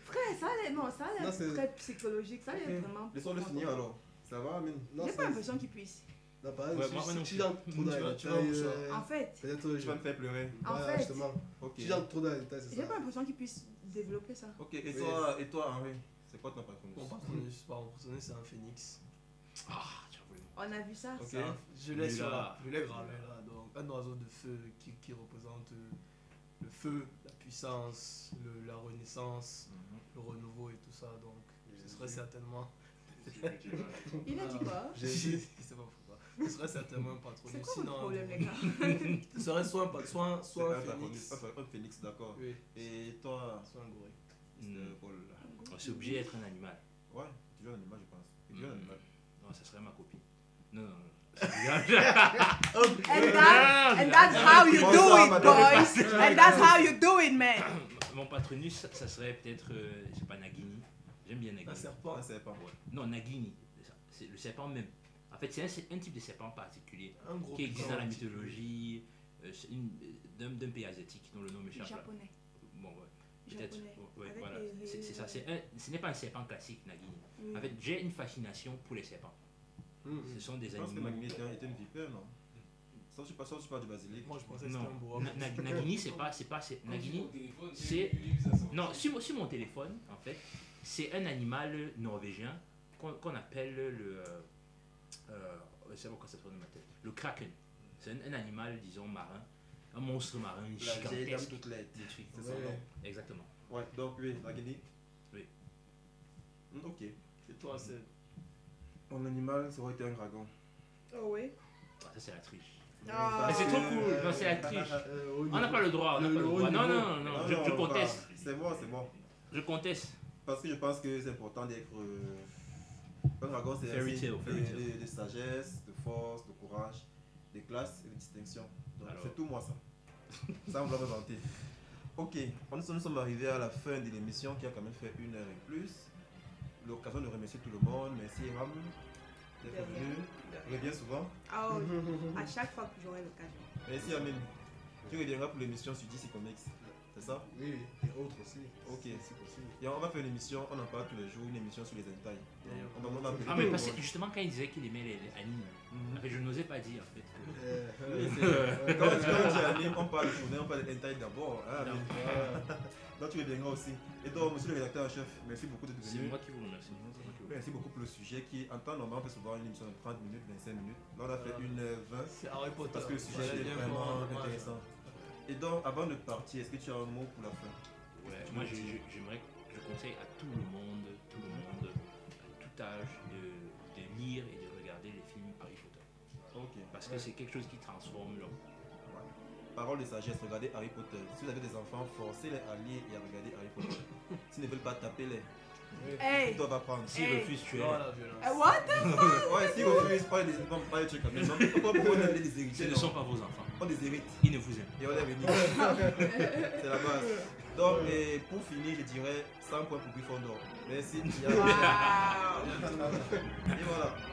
Frère, ça a l'air, non, ça a
Non,
l'air
c'est-
très psychologique, ça a l'air
Ok.
vraiment.
Laissons-le finir alors. Ça va, Amine
Non,
J'ai
c'est-
pas l'impression qu'il puisse.
Non, par exemple,
Ouais,
si-
moi- moi
si
non
tu
plus.
rentres trop dans
Tu
les
vas- tu vas
détails,
au
euh,
En fait,
peut-être
Tu
je
vas me faire pleurer.
En
Voilà,
fait.
justement.
Ok.
Si j'entre trop dans les détails, c'est
j'ai
ça.
pas l'impression qu'il puisse développer ça.
Ok, et toi, et toi Henri C'est quoi ton patronus
Mon patronus, par opportunité, c'est un phénix.
Ah, tu as voulu.
On a vu ça.
Ok.
C'est un- Je l'ai
Lui,
sur
là.
la, je l'ai gravé là. Donc un oiseau de feu qui, qui représente euh, le feu, la puissance, le- la renaissance,
Mhm.
le renouveau et tout ça. Donc ce serait certainement.
Il a dit quoi
Je
J'ai dit.
sais pas pourquoi. Ce serait certainement un
C'est
patronus.
quoi votre
Sinon,
problème, les gars
ce serait soit un, pa- soit un,
C'est
soit un
un
phénix.
patronus. Ah, Un phénix, d'accord.
Oui,
Et toi,
soit un gorille. Hmm.
Mr. Paul
C'est obligé d'être un animal.
Ouais, tu veux un animal, je pense. Tu
Hmm.
veux un
Mm.
animal.
Non, ça serait ma copine. Non, non, non. And
And that- and that's how you
Bon,
do
ça,
it,
madame.
boys. And that's how you do it, man.
Mon patronus, ça- ça serait peut-être, euh, je sais pas, Nagini. J'aime bien Nagini.
Un serpent.
Un serpent.
Ouais. Non, Nagini. C'est le serpent même. En fait, c'est un, c'est un type de serpent particulier
Un
Oh,
gros
qui existe dans la
piquant.
mythologie euh, c'est une- euh, d'un d'un pays asiatique dont le nom m'échappe. là.
Japonais.
Bon, ouais. Peut-être.
Japonais.
Ouais,
Avec
voilà.
les- Mm.
C'est c'est ça. c'est un- ce n'est pas un serpent classique, Nagini.
Oui.
En fait, j'ai une fascination pour les serpents.
Hum,
Mmh.
Mm.
Ce sont des
Je pense que
animaux.
Magni était, un- était une vipère, non Sauf que tu parles- sauf que tu parles du basilic.
Moi je pensais que c'était un
Non,
bois.
Na- Na- Oh, Nagini, c'est pas, c'est pas, c'est Nagini, c'est non sur, mon- sur mon téléphone en fait, c'est un animal norvégien qu'on qu'on appelle le, euh, euh, je sais pas quoi ça tourne dans ma tête, le kraken. C'est un, un animal disons marin, un monstre marin
La vieille dame
gigantesque.
toute laide.
des trucs.
C'est son
Ouais.
nom.
Exactement.
Ouais, donc oui, la Guinée.
Oui.
Mm, Ok.
Et toi, c'est.
Mon animal, ça aurait été un dragon.
Oh oui.
Ah, ça c'est la triche.
Ah.
Mais c'est trop
Euh,
cool. Non, c'est la triche.
euh, au
On n'a
niveau-
pas le droit. On n'a
le-
pas le
le haut
droit. Non,
niveau.
non, non.
Ah
je,
non,
je
on
conteste.
va. C'est bon, c'est bon.
Je conteste.
Parce que je pense que c'est important d'être. euh, Un dragon, c'est
Fairy
assez
tale,
de,
fairy tale.
de- de sagesse, de force, de courage, de classe et de distinction. Donc
Alors.
c'est tout moi ça. Ça, on va présenter. Ok, on- nous sommes arrivés à la fin de l'émission qui a quand même fait une heure et plus. L'occasion de remercier tout le monde. Merci Ram d'être
De rien.
venu. Reviens souvent.
Ah,
Mhm.
oh, à chaque fois que j'aurai l'occasion.
Merci Amine. Tu reviendras pour l'émission sur DC Comics. C'est ça
Oui, oui, et autres aussi.
Ok.
c'est possible.
Et on va faire une émission, on en parle tous les jours, une émission sur les hentai. On va- on va appeler
Ah
tout
mais
le
parce
monde.
que justement quand il disait qu'il aimait les, les animes,
Mhm.
en fait, je n'osais pas dire en fait. que-
Euh,
Oui, c'est-
ouais,
Quand
ouais,
tu quand tu animes, on parle journée, on parle hentai d'abord. hein, Amine.
ouais.
Donc tu reviendras aussi. Et donc, monsieur le rédacteur en chef, merci beaucoup d'être
C'est
venu.
moi qui vous remercie. C'est moi qui vous remercie.
Merci beaucoup pour le sujet qui, en temps normal, on fait souvent une émission de 30 minutes, 25 minutes. Là, on a fait
Euh,
une euh, 20
C'est Harry Potter.
parce que le sujet
Voilà,
est
bien
vraiment
pour moi,
intéressant. Et donc, avant de partir, est-ce que tu as un mot pour la fin
Ouais, moi, je- je- j'aimerais, je conseille à tout le monde, tout le monde, tâche de, de lire et de regarder les films Harry Potter.
Ok.
Parce que c'est quelque chose qui transforme l'homme.
Parole de sagesse, regardez Harry Potter. Si vous avez des enfants, forcez-les à lire et à regarder Harry Potter. S'ils ne veulent pas, tapez-les. Ils
Hey!
doivent apprendre.
S'ils
Hey.
refusent, tu es.
Non, la violence.
Eh, What?
Ouais, si vous voulez, pas des, non, pas des trucs comme ça. Pourquoi pourquoi on a des
Ce
héritiers
ne
non.
sont pas vos enfants.
On les hérite
Ils ne vous aiment
et on les bénit. C'est la base. Donc, et pour finir, je dirais 100 points pour Gryffondor. Merci. Et
Wow.
voilà.